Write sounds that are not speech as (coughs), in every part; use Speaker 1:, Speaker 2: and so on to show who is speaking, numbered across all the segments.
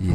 Speaker 1: 以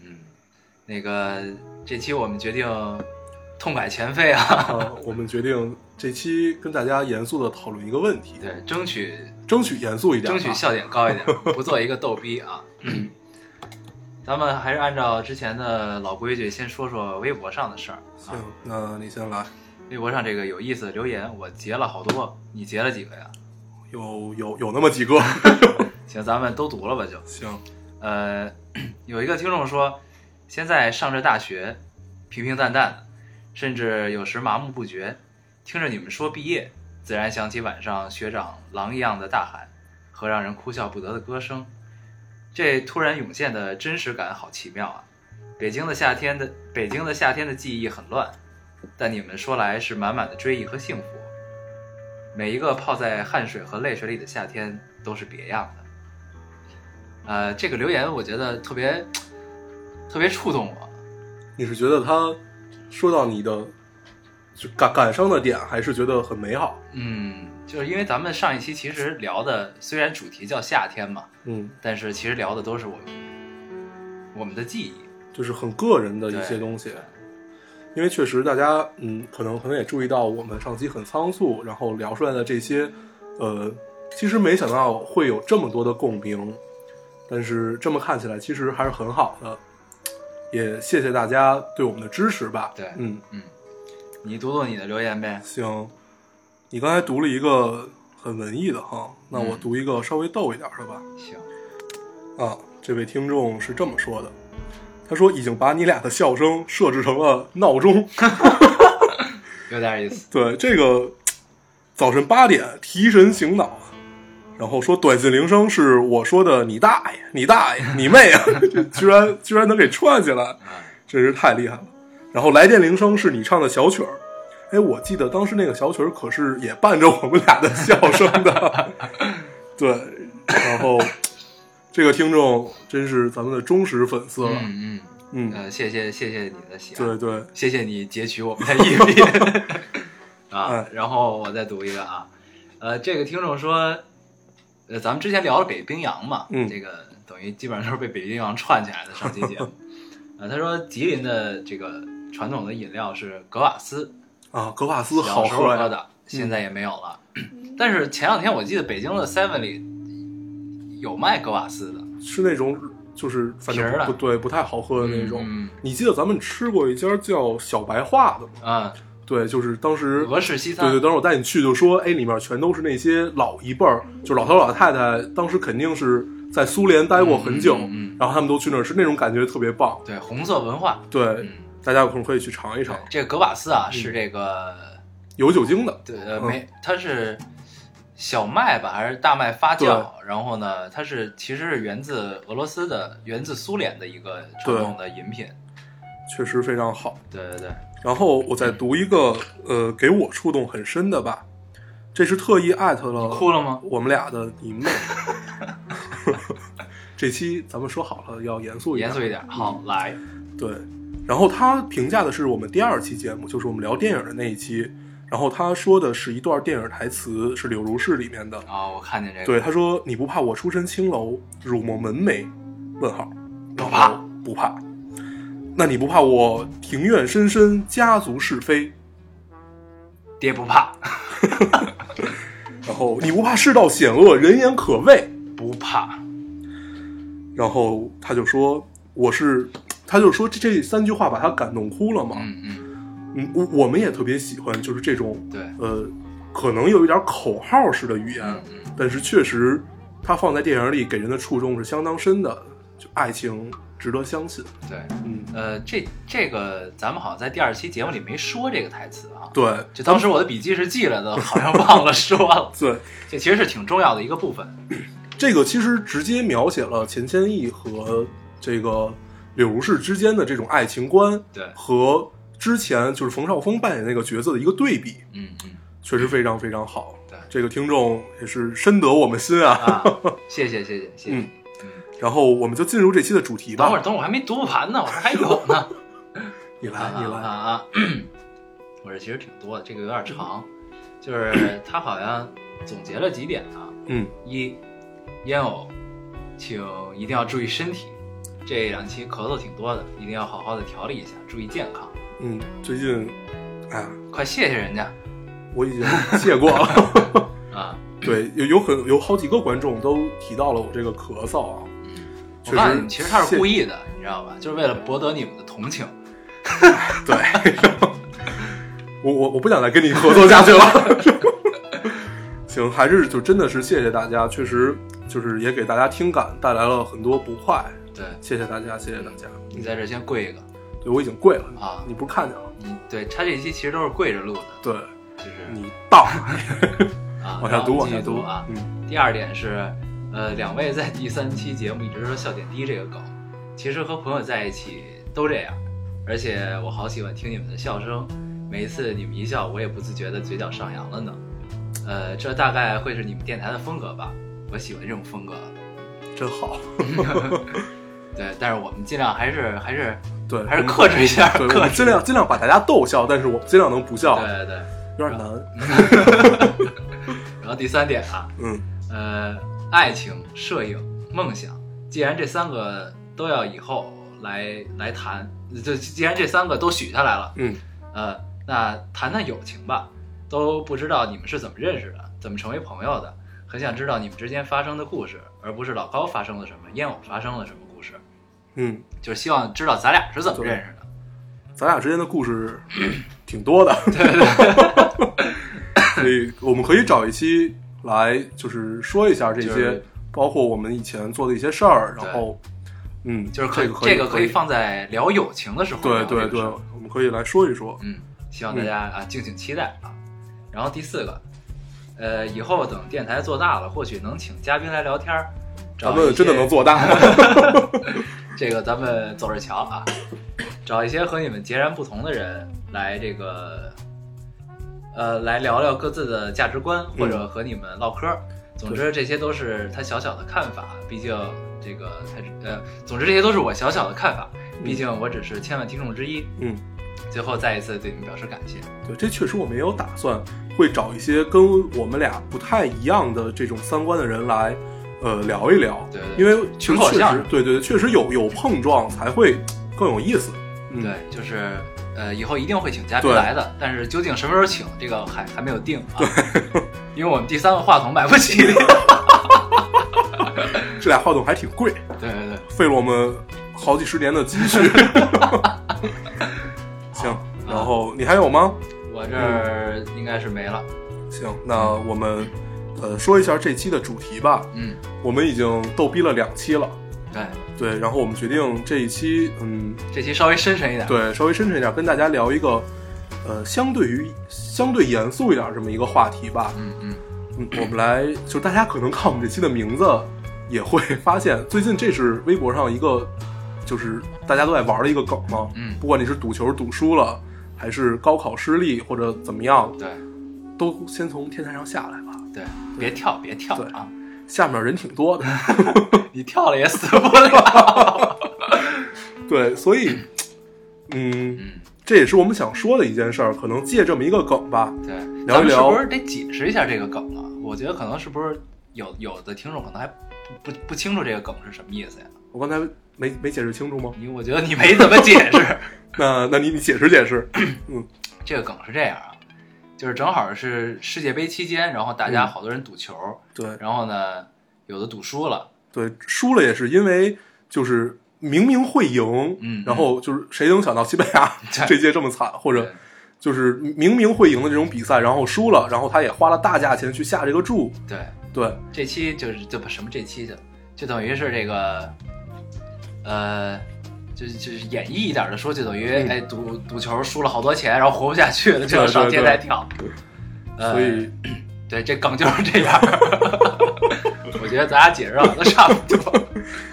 Speaker 1: 嗯，那个这期我们决定痛改前非啊， (laughs)
Speaker 2: 啊，我们决定这期跟大家严肃的讨论一个问题，
Speaker 1: 对，争取
Speaker 2: 争取严肃一点、啊，
Speaker 1: 争取笑点高一点，不做一个逗逼啊。 (clears throat) 咱们还是按照之前的老规矩，先说说微博上的事儿啊。
Speaker 2: 行，那你先来，
Speaker 1: 微博上这个有意思的留言，我截了好多，你截了几个呀？
Speaker 2: 有有有那么几个， (laughs)
Speaker 1: 行，咱们都读了吧就。
Speaker 2: 行，
Speaker 1: 呃，有一个听众说，现在上着大学，平平淡淡的，甚至有时麻木不觉。听着你们说毕业，自然想起晚上学长狼一样的大喊和让人哭笑不得的歌声，这突然涌现的真实感好奇妙啊！北京的夏天的北京的夏天的记忆很乱，但你们说来是满满的追忆和幸福。每一个泡在汗水和泪水里的夏天都是别样的。呃，这个留言我觉得特别特别触动我。
Speaker 2: 你是觉得他说到你的就感感伤的点，还是觉得很美好？
Speaker 1: 嗯，就是因为咱们上一期其实聊的，虽然主题叫夏天嘛，
Speaker 2: 嗯，
Speaker 1: 但是其实聊的都是我们我们的记忆。
Speaker 2: 就是很个人的一
Speaker 1: 对
Speaker 2: 些东西，因为确实大家嗯，可能可能也注意到我们上期很仓促，然后聊出来的这些，呃，其实没想到会有这么多的共鸣，但是这么看起来其实还是很好的，也谢谢大家对我们的支持吧。
Speaker 1: 对
Speaker 2: 嗯，
Speaker 1: 嗯，你读读你的留言呗。
Speaker 2: 行，你刚才读了一个很文艺的哈，那我
Speaker 1: 嗯
Speaker 2: 读一个稍微逗一点儿的吧。
Speaker 1: 行，
Speaker 2: 啊，这位听众是这么说的，他说已经把你俩的笑声设置成了闹钟。
Speaker 1: 有点意思。
Speaker 2: 对这个，早晨八点提神醒脑，啊然后说短信铃声是我说的你大爷，你大爷，你妹啊， (laughs) 居然居然能给串起来，
Speaker 1: 哎
Speaker 2: 真是太厉害了。然后来电铃声是你唱的小曲儿，哎，我记得当时那个小曲儿可是也伴着我们俩的笑声的， (laughs) 对，然后这个听众真是咱们的忠实粉丝了，
Speaker 1: 嗯嗯，
Speaker 2: 嗯，
Speaker 1: 呃，谢谢谢谢你的喜爱，
Speaker 2: 对对，
Speaker 1: 谢谢你截取我们的音
Speaker 2: (laughs)
Speaker 1: 频啊
Speaker 2: 哎。
Speaker 1: 然后我再读一个啊，呃，这个听众说，呃，咱们之前聊了北冰洋嘛，
Speaker 2: 嗯
Speaker 1: 这个等于基本上都是被北冰洋串起来的上期
Speaker 2: (laughs)
Speaker 1: 节目。呃，他说吉林的这个传统的饮料是格瓦斯，
Speaker 2: 啊，格瓦斯
Speaker 1: 小
Speaker 2: 好
Speaker 1: 时候啊喝
Speaker 2: 喝呀，嗯
Speaker 1: 的，现在也没有了。但是前两天我记得北京的 Seven 里有卖格瓦斯的
Speaker 2: 是那种就是反
Speaker 1: 皮儿的
Speaker 2: 正不对不太好喝的那种。
Speaker 1: 嗯
Speaker 2: 你记得咱们吃过一家叫小白话的吗？
Speaker 1: 啊，
Speaker 2: 对，就是当时，
Speaker 1: 俄式西餐
Speaker 2: 对对，当时我带你去就说，哎，里面全都是那些老一辈儿，就老头老太太，当时肯定是在苏联待过很久，
Speaker 1: 嗯嗯嗯嗯
Speaker 2: 然后他们都去那儿吃，那种感觉特别棒。
Speaker 1: 对红色文化。
Speaker 2: 对，
Speaker 1: 嗯，
Speaker 2: 大家有空可以去尝一尝
Speaker 1: 对，，这个格瓦斯
Speaker 2: 嗯
Speaker 1: 啊是这个
Speaker 2: 有酒精的，
Speaker 1: 对呃
Speaker 2: 嗯
Speaker 1: 没，它是小麦吧还是大麦发酵？然后呢，它是其实是源自俄罗斯的，源自苏联的一个传统的饮品。
Speaker 2: 确实非常好。
Speaker 1: 对对对，
Speaker 2: 然后我
Speaker 1: 嗯
Speaker 2: 再读一个，呃，给我触动很深的吧，这是特意艾特了
Speaker 1: 哭了吗？
Speaker 2: 我们俩的你妹。 (laughs) 这期咱们说好了要严肃一点，嗯
Speaker 1: 严肃一点，好来，
Speaker 2: 对，然后他评价的是我们第二期节目，就是我们聊电影的那一期。然后他说的是一段电影台词，是《柳如是》里面的。
Speaker 1: 啊，我看见这个，
Speaker 2: 对，他说：“你不怕我出身青楼，辱没门楣？”问号，
Speaker 1: 不怕，
Speaker 2: 不怕。那你不怕我庭院深深，家族是非？
Speaker 1: 爹不怕， (laughs)
Speaker 2: 然后你不怕世道险恶，人言可畏？
Speaker 1: 不怕，
Speaker 2: 然后他就说：“我是。”他就说这这三句话把他感动哭了嘛。
Speaker 1: 嗯嗯，
Speaker 2: 嗯，我我们也特别喜欢，就是这种
Speaker 1: 对，
Speaker 2: 呃，可能有一点口号式的语言，
Speaker 1: 嗯嗯，
Speaker 2: 但是确实，它放在电影里给人的触动是相当深的。就爱情值得相信，
Speaker 1: 对。
Speaker 2: 嗯，
Speaker 1: 呃，这这个咱们好像在第二期节目里没说这个台词啊。
Speaker 2: 对
Speaker 1: 就当时我的笔记是记了的，好像忘了说了。 (laughs)
Speaker 2: 对，
Speaker 1: 这其实是挺重要的一个部分。
Speaker 2: 这个其实直接描写了钱谦益和这个柳如是之间的这种爱情观
Speaker 1: 对，
Speaker 2: 和之前就是冯绍峰扮演那个角色的一个对比，
Speaker 1: 嗯嗯，
Speaker 2: 确实非常非常好。
Speaker 1: 对
Speaker 2: 这个听众也是深得我们心啊。
Speaker 1: 啊，谢谢谢谢谢谢。
Speaker 2: 嗯然后我们就进入这期的主题吧。
Speaker 1: 等会儿，等会儿，我还没读完呢，我这还有呢。
Speaker 2: (laughs) 你来，
Speaker 1: 啊
Speaker 2: 你
Speaker 1: 啊
Speaker 2: 来。
Speaker 1: 啊！ (clears throat) 我这其实挺多的，这个有点长，就是他好像总结了几点啊。
Speaker 2: 嗯，
Speaker 1: 一，烟偶，请一定要注意身体。这两期咳嗽挺多的，一定要好好的调理一下，注意健康。
Speaker 2: 嗯，最近，哎呀，
Speaker 1: 快谢谢人家
Speaker 2: 我已经谢过了。 (laughs)
Speaker 1: 啊！
Speaker 2: 对，有有很有好几个观众都提到了我这个咳嗽啊。
Speaker 1: 我
Speaker 2: 确
Speaker 1: 告诉
Speaker 2: 实，
Speaker 1: 你，其实他是故
Speaker 2: 意。
Speaker 1: 意的，你知道吧？就是为了博得你们的同情。
Speaker 2: 对，我我我不想再跟你合作下去了。 (laughs) 行，还是就真的是谢谢大家，确实就是也给大家听感带来了很多不快，
Speaker 1: 对
Speaker 2: 谢谢大家，谢谢大家。
Speaker 1: 你在这先跪一个
Speaker 2: 对我已经跪了，
Speaker 1: 嗯啊！
Speaker 2: 你不是看见了吗？
Speaker 1: 你对他这一期其实都是跪着录的，
Speaker 2: 对
Speaker 1: 就是
Speaker 2: 你到，
Speaker 1: 啊，
Speaker 2: 嗯往下
Speaker 1: 然后
Speaker 2: 读，往
Speaker 1: 继续
Speaker 2: 下读
Speaker 1: 啊！
Speaker 2: 嗯，
Speaker 1: 第二点是，呃，两位在第三期节目一直说笑点低这个梗，其实和朋友在一起都这样，而且我好喜欢听你们的笑声，每一次你们一笑，我也不自觉的嘴角上扬了呢。呃，这大概会是你们电台的风格吧，我喜欢这种风格。
Speaker 2: 真好。
Speaker 1: 对，但是我们尽量还是还是
Speaker 2: 对，
Speaker 1: 还是
Speaker 2: 我们
Speaker 1: 克制一下，
Speaker 2: 对，我
Speaker 1: 克
Speaker 2: 们
Speaker 1: 制。
Speaker 2: 尽量尽量把大家逗笑，但是我们尽量能不笑，
Speaker 1: 对对啊对。
Speaker 2: 有点难。
Speaker 1: 然后第三点啊，
Speaker 2: 嗯，
Speaker 1: 呃，爱情、摄影、梦想，既然这三个都要以后来来谈，就既然这三个都许下来了，
Speaker 2: 嗯，
Speaker 1: 呃，那谈谈友情吧。都不知道你们是怎么认识的，怎么成为朋友的，很想知道你们之间发生的故事，而不是老高发生了什么，烟偶发生了什么故事，
Speaker 2: 嗯，
Speaker 1: 就是希望知道咱俩是怎么认识的。
Speaker 2: 咱俩之间的
Speaker 1: (clears throat)
Speaker 2: 故事挺多的，
Speaker 1: 对对
Speaker 2: 所以我们可以找一期来，就是说一下这
Speaker 1: 就
Speaker 2: 些
Speaker 1: 是，
Speaker 2: 包括我们以前做的一些事儿，然后，嗯，
Speaker 1: 就是可
Speaker 2: 这
Speaker 1: 以
Speaker 2: 个
Speaker 1: 这
Speaker 2: 个
Speaker 1: 个可以，放在聊友情的时候
Speaker 2: 对
Speaker 1: 聊这
Speaker 2: 对
Speaker 1: 个
Speaker 2: 对
Speaker 1: 事儿，
Speaker 2: 我们可以来说一说。
Speaker 1: 嗯，希望大家啊敬请期待啊。然后第四个，呃，以后等电台做大了，或许能请嘉宾来聊天儿。找
Speaker 2: 咱们
Speaker 1: 一些
Speaker 2: 真的能做
Speaker 1: (laughs)
Speaker 2: 大吗？
Speaker 1: 这个，咱们走着瞧啊，找一些和你们截然不同的人来这个，呃，来聊聊各自的价值观，或
Speaker 2: 嗯
Speaker 1: 者和你们唠嗑儿。总之，这些都是他小小的看法，毕竟这个他是呃，总之这些都是我小小的看法，毕竟我只是千万听众之一。
Speaker 2: 嗯，
Speaker 1: 最后再一次对你们表示感谢。
Speaker 2: 对，这确实我们也有打算，会找一些跟我们俩不太一样的这种三观的人来，呃，聊一聊。
Speaker 1: 对对对
Speaker 2: 因为
Speaker 1: 群口
Speaker 2: 确
Speaker 1: 相
Speaker 2: 实
Speaker 1: 声，
Speaker 2: 对对对，确实有有碰撞才会更有意思。嗯，
Speaker 1: 对，就是呃，以后一定会请嘉宾来的，但是究竟什么时候请，这个还还没有定啊。 (laughs) 因为我们第三个话筒买不起。
Speaker 2: (laughs) 这俩话筒还挺贵，
Speaker 1: 对对对，
Speaker 2: 费了我们好几十年的积蓄。 (laughs) 行，然后你还有吗？
Speaker 1: 我这儿应该是没了。
Speaker 2: 行，那我们呃说一下这期的主题吧。
Speaker 1: 嗯，
Speaker 2: 我们已经逗逼了两期了，
Speaker 1: 对，
Speaker 2: 对，然后我们决定这一期，嗯，
Speaker 1: 这期稍微深沉一点。
Speaker 2: 对，稍微深沉一点，跟大家聊一个呃相对于相对严肃一点这么一个话题吧。
Speaker 1: 嗯嗯，
Speaker 2: 嗯，我们来，就是大家可能看我们这期的名字，也会发现最近这是微博上一个，就是大家都在玩的一个梗嘛。
Speaker 1: 嗯
Speaker 2: 不管你是赌球赌输了，还是高考失利或者怎么样，
Speaker 1: 对
Speaker 2: 都先从天台上下来吧。
Speaker 1: 对，别跳，别跳
Speaker 2: 对
Speaker 1: 啊！
Speaker 2: 下面人挺多的， (laughs)
Speaker 1: 你跳了也死不了。
Speaker 2: 对，所以，嗯，
Speaker 1: 嗯，
Speaker 2: 这也是我们想说的一件事儿，可能借这么一个梗吧。
Speaker 1: 对，咱
Speaker 2: 聊
Speaker 1: 们
Speaker 2: 一
Speaker 1: 是
Speaker 2: 聊
Speaker 1: 不是得解释一下这个梗啊？我觉得可能是不是有有的听众可能还不不不清楚这个梗是什么意思呀？
Speaker 2: 我刚才没没解释清楚吗？
Speaker 1: 你我觉得你没怎么解释。
Speaker 2: (laughs) 那那你你解释解释。
Speaker 1: 这个梗是这样啊，就是正好是世界杯期间，然后大
Speaker 2: 嗯
Speaker 1: 家好多人赌球，
Speaker 2: 对
Speaker 1: 然后呢，有的赌输了，
Speaker 2: 对，输了也是因为就是明明会赢，
Speaker 1: 嗯
Speaker 2: 然后就是谁能想到西班牙
Speaker 1: (laughs) 对
Speaker 2: 这届这么惨，或
Speaker 1: 对
Speaker 2: 者就是明明会赢的这种比赛，然后输了，然后他也花了大价钱去下这个注，
Speaker 1: 对，
Speaker 2: 对，
Speaker 1: 这期就是这不什么这期就就等于是这个，呃，就是就是演绎一点的说，就等于、
Speaker 2: 嗯
Speaker 1: 哎赌赌球输了好多钱，然后活不下去了，就要上天台跳，
Speaker 2: 所
Speaker 1: 呃 (laughs)
Speaker 2: 以
Speaker 1: 对这梗就是这样。我觉得咱俩解释好像都差不
Speaker 2: (laughs)
Speaker 1: 多。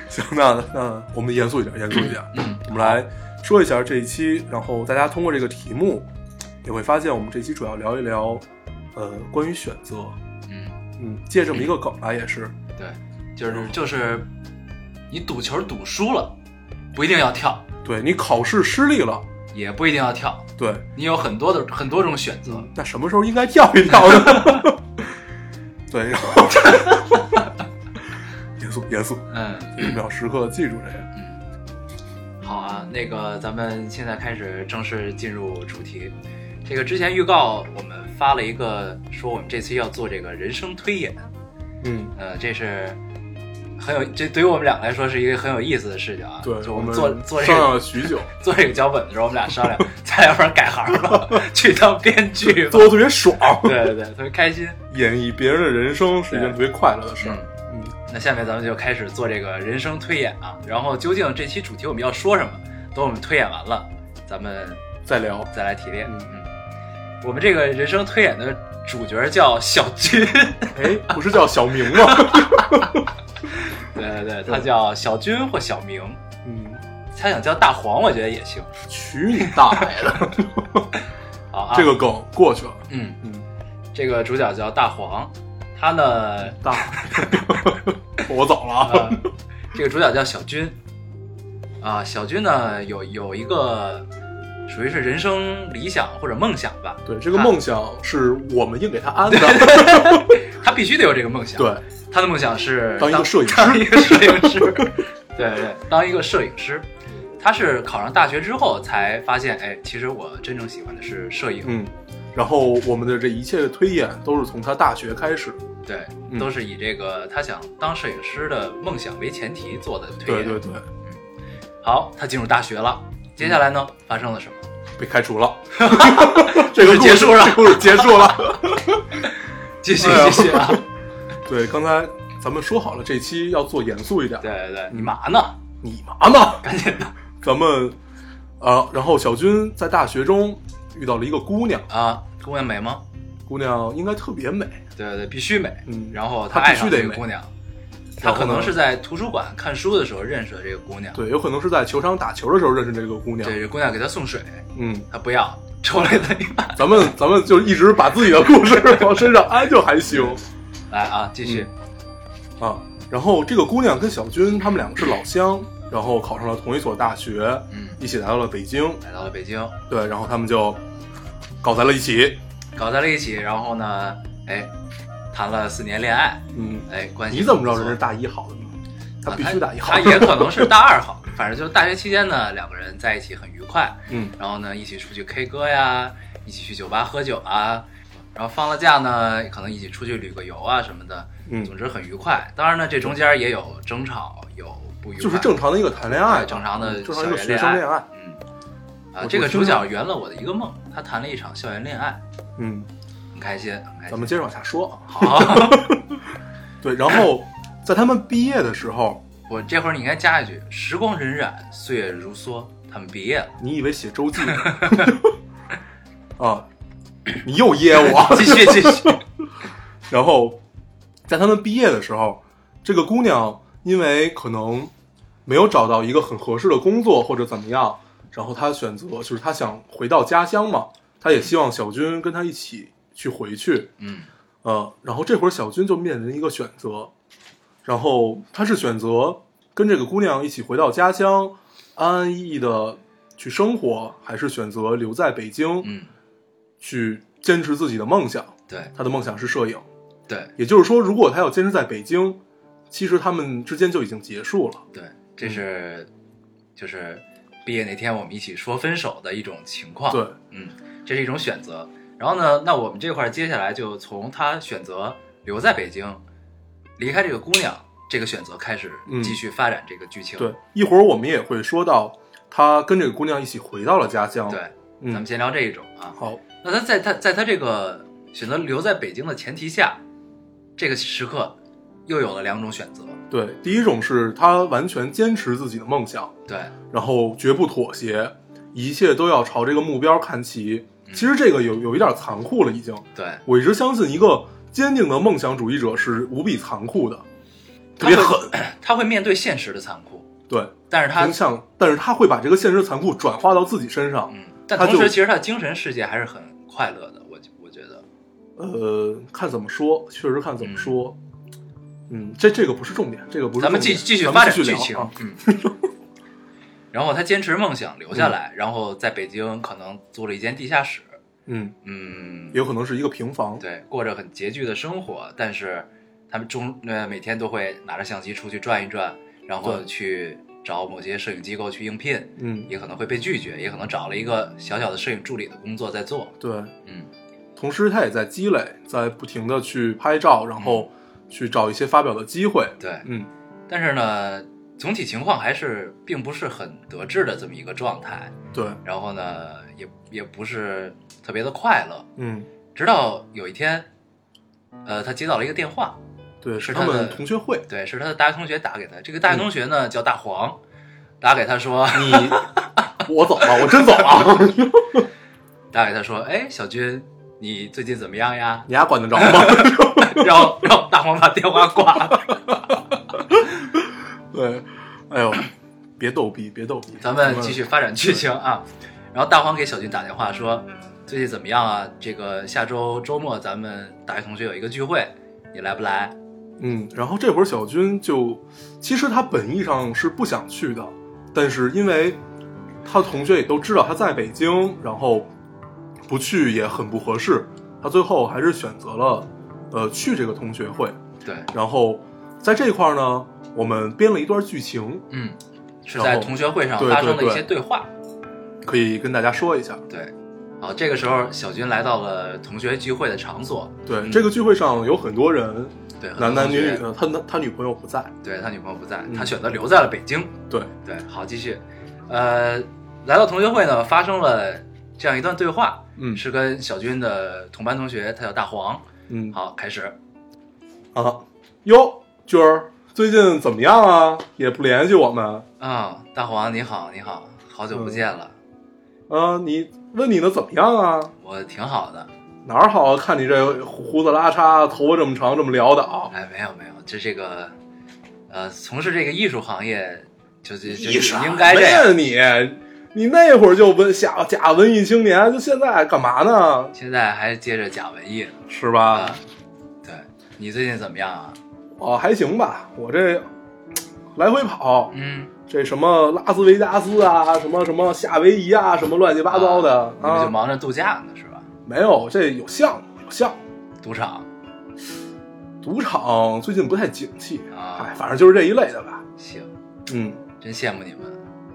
Speaker 2: 行，那那我们严肃一点，严肃一点，
Speaker 1: 嗯，
Speaker 2: 我们来说一下这一期，然后大家通过这个题目也会发现，我们这期主要聊一聊，呃，关于选择，
Speaker 1: 嗯，
Speaker 2: 嗯，借这么一个梗来也是，
Speaker 1: 对，就是就是，你赌球赌输了，不一定要跳，
Speaker 2: 对你考试失利了，
Speaker 1: 也不一定要跳，
Speaker 2: 对，
Speaker 1: 你有很多的很多种选择。
Speaker 2: 那什么时候应该跳一跳呢？ (laughs) 对，然后严肃严肃，
Speaker 1: 嗯
Speaker 2: 一定要时刻记住这个。
Speaker 1: 嗯，好啊，那个咱们现在开始正式进入主题。这个之前预告我们发了一个，说我们这次要做这个人生推演，
Speaker 2: 嗯，
Speaker 1: 呃，这是很有，这对于我们俩来说是一个很有意思的事情啊。
Speaker 2: 对，
Speaker 1: 就
Speaker 2: 我
Speaker 1: 我
Speaker 2: 们
Speaker 1: 们做做这
Speaker 2: 商量
Speaker 1: 个
Speaker 2: 了许久，
Speaker 1: 做这个脚本的时候，我们俩商量，咱俩不然改行了， (laughs) 去当编剧吧
Speaker 2: 做。的特别爽，
Speaker 1: 对对对，特别开心。
Speaker 2: 演绎别人的人生是一件特别快乐的事儿。嗯，
Speaker 1: 那下面咱们就开始做这个人生推演啊，然后究竟这期主题我们要说什么？等我们推演完了，咱们
Speaker 2: 再聊，
Speaker 1: 再来提炼。
Speaker 2: 嗯
Speaker 1: 嗯，我们这个人生推演的主角叫小
Speaker 2: (laughs)
Speaker 1: 军，
Speaker 2: 哎，不是叫小明吗？ (laughs)
Speaker 1: 对对对，他叫小军或小明，
Speaker 2: 嗯，
Speaker 1: 他想叫大黄，我觉得也行
Speaker 2: 娶你大爷的！
Speaker 1: 好啊。
Speaker 2: (laughs) 这个梗过去了。
Speaker 1: 嗯，
Speaker 2: 嗯，
Speaker 1: 这个主角叫大黄，他
Speaker 2: (laughs)
Speaker 1: 呢，
Speaker 2: 大， (laughs) 我走了
Speaker 1: 呃
Speaker 2: 啊。，
Speaker 1: 这个主角叫小军，啊，小军呢有有一个属于是人生理想或者梦想吧，
Speaker 2: 对，这个梦想是我们硬给他 (laughs) 安的。
Speaker 1: 他必须得有这个梦想。，
Speaker 2: 对，
Speaker 1: 他的梦想是
Speaker 2: 当一个摄影师
Speaker 1: 当一个摄影师，对对，当一个摄影师。他是考上大学之后才发现，哎，其实我真正喜欢的是摄影。
Speaker 2: 嗯，然后我们的这一切的推演都是从他大学开始。
Speaker 1: 对，
Speaker 2: 嗯
Speaker 1: 都是以这个他想当摄影师的梦想为前提做的推
Speaker 2: 对
Speaker 1: 演。
Speaker 2: 对对，
Speaker 1: 好，他进入大学了，接下来呢，发生了什么？
Speaker 2: 被开
Speaker 1: (laughs)
Speaker 2: 除了。这个故事
Speaker 1: 结束了
Speaker 2: 这个故事结束
Speaker 1: (laughs)
Speaker 2: 了。
Speaker 1: 继续
Speaker 2: 哎呀
Speaker 1: 继续啊！
Speaker 2: 对，刚才咱们说好了，这期要做严肃一点。
Speaker 1: 对对对，你嘛呢？
Speaker 2: 你妈呢？
Speaker 1: 赶紧的
Speaker 2: 咱们，啊，然后小军在大学中遇到了一个姑娘，
Speaker 1: 啊！姑娘美吗？
Speaker 2: 姑娘应该特别美。
Speaker 1: 对对，必须美。
Speaker 2: 嗯
Speaker 1: 然后
Speaker 2: 她
Speaker 1: 爱
Speaker 2: 必须
Speaker 1: 上
Speaker 2: 得
Speaker 1: 这个
Speaker 2: 美
Speaker 1: 姑娘，他
Speaker 2: 然后
Speaker 1: 可能
Speaker 2: 呢
Speaker 1: 是在图书馆看书的时候认识的这个姑娘。
Speaker 2: 对，有可能是在球场打球的时候认识这个姑娘。
Speaker 1: 对，这姑娘给他送水，
Speaker 2: 嗯，
Speaker 1: 他不要， (laughs) 抽了他一把。
Speaker 2: 咱们咱们就一直把自己的故事 (laughs) 往身上安就还行
Speaker 1: 来啊，继续。
Speaker 2: 啊。然后这个姑娘跟小军他们两个是老乡，然后考上了同一所大学，
Speaker 1: 嗯，
Speaker 2: 一起来到了北京。
Speaker 1: 来到了北京，
Speaker 2: 对，然后他们就搞在了一起。
Speaker 1: 搞在了一起，然后呢，哎，谈了四年恋爱，
Speaker 2: 嗯，
Speaker 1: 哎，关系
Speaker 2: 你怎么知道
Speaker 1: 不
Speaker 2: 人
Speaker 1: 错
Speaker 2: 是大一好的呢？他
Speaker 1: 啊
Speaker 2: 必须大一好。
Speaker 1: 他也可能是大二好， (laughs) 反正就是大学期间呢，两个人在一起很愉快，
Speaker 2: 嗯，
Speaker 1: 然后呢，一起出去 K 歌呀，一起去酒吧喝酒啊，然后放了假呢，可能一起出去旅个游啊什么的，
Speaker 2: 嗯
Speaker 1: 总之很愉快。当然呢，这中间也有争吵，有不愉快，
Speaker 2: 就是正常的一个谈恋爱吧，
Speaker 1: 对正常的
Speaker 2: 正常一
Speaker 1: 校
Speaker 2: 个
Speaker 1: 园
Speaker 2: 学生
Speaker 1: 恋
Speaker 2: 恋爱。
Speaker 1: 嗯，
Speaker 2: 我
Speaker 1: 啊，
Speaker 2: 我
Speaker 1: 这个主
Speaker 2: 听说
Speaker 1: 角圆了我的一个梦，他谈了一场校园恋爱，
Speaker 2: 嗯，
Speaker 1: 很开心，很开
Speaker 2: 咱
Speaker 1: 心。
Speaker 2: 们接着往下说啊。
Speaker 1: 好，
Speaker 2: 对，然后在他们毕业的时候，
Speaker 1: 我这会儿你应该加一句：时光荏苒，岁月如梭，他们毕业了。
Speaker 2: 你以为写周记呢？ (laughs) 啊，你又噎我。
Speaker 1: 继续继续，
Speaker 2: 然后在他们毕业的时候，这个姑娘因为可能没有找到一个很合适的工作或者怎么样，然后她选择就是她想回到家乡嘛，她也希望小军跟她一起去回去。
Speaker 1: 嗯
Speaker 2: 呃，然后这会儿小军就面临一个选择，然后他是选择跟这个姑娘一起回到家乡，安安逸逸的去生活，还是选择留在北京
Speaker 1: 嗯，
Speaker 2: 去坚持自己的梦想？
Speaker 1: 对
Speaker 2: 他的梦想是摄影，
Speaker 1: 对
Speaker 2: 也就是说，如果他要坚持在北京，其实他们之间就已经结束了。
Speaker 1: 对，这是就是毕业那天我们一起说分手的一种情况。
Speaker 2: 对，，
Speaker 1: 嗯，这是一种选择。然后呢，那我们这块儿接下来就从他选择留在北京，离开这个姑娘这个选择开始，
Speaker 2: 嗯
Speaker 1: 继续发展这个剧情。
Speaker 2: 对，一会儿我们也会说到他跟这个姑娘一起回到了家乡。
Speaker 1: 对，咱们
Speaker 2: 嗯，
Speaker 1: 先聊这一种啊。
Speaker 2: 好，
Speaker 1: 那他在他在他这个选择留在北京的前提下，这个时刻又有了两种选择。
Speaker 2: 对，第一种是他完全坚持自己的梦想，
Speaker 1: 对，
Speaker 2: 然后绝不妥协，一切都要朝这个目标看齐。
Speaker 1: 嗯
Speaker 2: 其实这个有有一点残酷了，已经。
Speaker 1: 对，
Speaker 2: 我一直相信，一个坚定的梦想主义者是无比残酷的，特别
Speaker 1: 他会
Speaker 2: 狠，
Speaker 1: 他会面对现实的残酷，
Speaker 2: 对，
Speaker 1: 但是他
Speaker 2: 影响，但是他会把这个现实残酷转化到自己身上，
Speaker 1: 嗯，但
Speaker 2: 他
Speaker 1: 同
Speaker 2: 就
Speaker 1: 时其实他的精神世界还是很快乐的，我我觉得，
Speaker 2: 呃，看怎么说，确实看怎么说。嗯，这这个不是重点，这个不是重点。
Speaker 1: 咱们继继续
Speaker 2: 咱
Speaker 1: 发
Speaker 2: 们
Speaker 1: 展
Speaker 2: 继
Speaker 1: 剧
Speaker 2: 续聊
Speaker 1: 情
Speaker 2: 啊。，
Speaker 1: 嗯。
Speaker 2: (laughs)
Speaker 1: 然后他坚持梦想留下来，然后在北京可能租了一间地下室，
Speaker 2: 嗯，
Speaker 1: 嗯
Speaker 2: 也，有可能是一个平房。
Speaker 1: 对，过着很拮据的生活，但是他们中呃每天都会拿着相机出去转一转，然后
Speaker 2: 对
Speaker 1: 去找某些摄影机构去应聘，
Speaker 2: 嗯，
Speaker 1: 也可能会被拒绝，也可能找了一个小小的摄影助理的工作在做，
Speaker 2: 对。
Speaker 1: 嗯
Speaker 2: 同时，他也在积累，在不停的去拍照，然
Speaker 1: 嗯
Speaker 2: 后去找一些发表的机会。
Speaker 1: 对，
Speaker 2: 嗯，
Speaker 1: 但是呢，总体情况还是并不是很得志的这么一个状态，
Speaker 2: 对，
Speaker 1: 然后呢，也也不是特别的快乐，
Speaker 2: 嗯，
Speaker 1: 直到有一天，呃，他接到了一个电话，
Speaker 2: 对，
Speaker 1: 是
Speaker 2: 他
Speaker 1: 他的
Speaker 2: 们同学会。
Speaker 1: 对，是他的大学同学打给他，这个大学同学呢、叫大黄，打给他说，
Speaker 2: 你， (laughs) 我走了，我真走
Speaker 1: (laughs)
Speaker 2: 了。
Speaker 1: 打给他说，哎，小军，你最近怎么样呀？ (laughs)
Speaker 2: 你丫管得着吗？ (laughs)
Speaker 1: 然后然后大黄把电话挂了。
Speaker 2: 对，哎呦，别逗逼，别逗逼。
Speaker 1: 咱们继续发展剧情啊。然后大黄给小军打电话说，最近怎么样啊？这个下周周末咱们大学同学有一个聚会，你来不来？
Speaker 2: 嗯，然后这会儿小军就，其实他本意上是不想去的，但是因为他同学也都知道他在北京，然后不去也很不合适，他最后还是选择了呃去这个同学会。
Speaker 1: 对，
Speaker 2: 然后在这块儿呢，我们编了一段剧情，
Speaker 1: 嗯，是
Speaker 2: 然
Speaker 1: 在
Speaker 2: 后
Speaker 1: 同学会上
Speaker 2: 对
Speaker 1: 发
Speaker 2: 对
Speaker 1: 生的一
Speaker 2: 对
Speaker 1: 些对话。
Speaker 2: 可以跟大家说一下。
Speaker 1: 对，好，这个时候小军来到了同学聚会的场所，
Speaker 2: 对，
Speaker 1: 嗯
Speaker 2: 这个聚会上有很多人，
Speaker 1: 对，很多
Speaker 2: 男男
Speaker 1: 同
Speaker 2: 女
Speaker 1: 学
Speaker 2: 女的，他他女朋友不在。
Speaker 1: 对他女朋友不在，
Speaker 2: 嗯
Speaker 1: 他选择留在了北京。
Speaker 2: 对，
Speaker 1: 对，好，继续。呃，来到同学会呢，发生了这样一段对话，
Speaker 2: 嗯
Speaker 1: 是跟小军的同班同学，他叫大黄。
Speaker 2: 嗯，
Speaker 1: 好，开始。
Speaker 2: 啊，哟，军儿最近怎么样啊？也不联系我们。
Speaker 1: 啊、大黄你好，你好，好久不见了，
Speaker 2: 啊，你问你呢怎么样啊？
Speaker 1: 我挺好的。
Speaker 2: 哪儿好啊？看你这胡子拉碴，头发这么长，这么潦倒。
Speaker 1: 哎，没有没有，这这个，呃，从事这个艺术行业，就就就
Speaker 2: 你傻
Speaker 1: 应该这样。
Speaker 2: 呀你，啊你那会儿就文假假文艺青年，就现在干嘛呢？
Speaker 1: 现在还接着假文艺呢
Speaker 2: 是吧
Speaker 1: 啊？。对，你最近怎么样啊？
Speaker 2: 哦，还行吧，我这来回跑，
Speaker 1: 嗯，
Speaker 2: 这什么拉斯维加斯啊，什么什么夏威夷啊，什么乱七八糟的
Speaker 1: 你们就
Speaker 2: 啊，
Speaker 1: 忙着度假呢是吧？
Speaker 2: 没有，这有项目，有项目。
Speaker 1: 赌场
Speaker 2: 赌场最近不太景气，
Speaker 1: 啊
Speaker 2: 哎，反正就是这一类的吧，
Speaker 1: 行，
Speaker 2: 嗯，
Speaker 1: 真羡慕你们，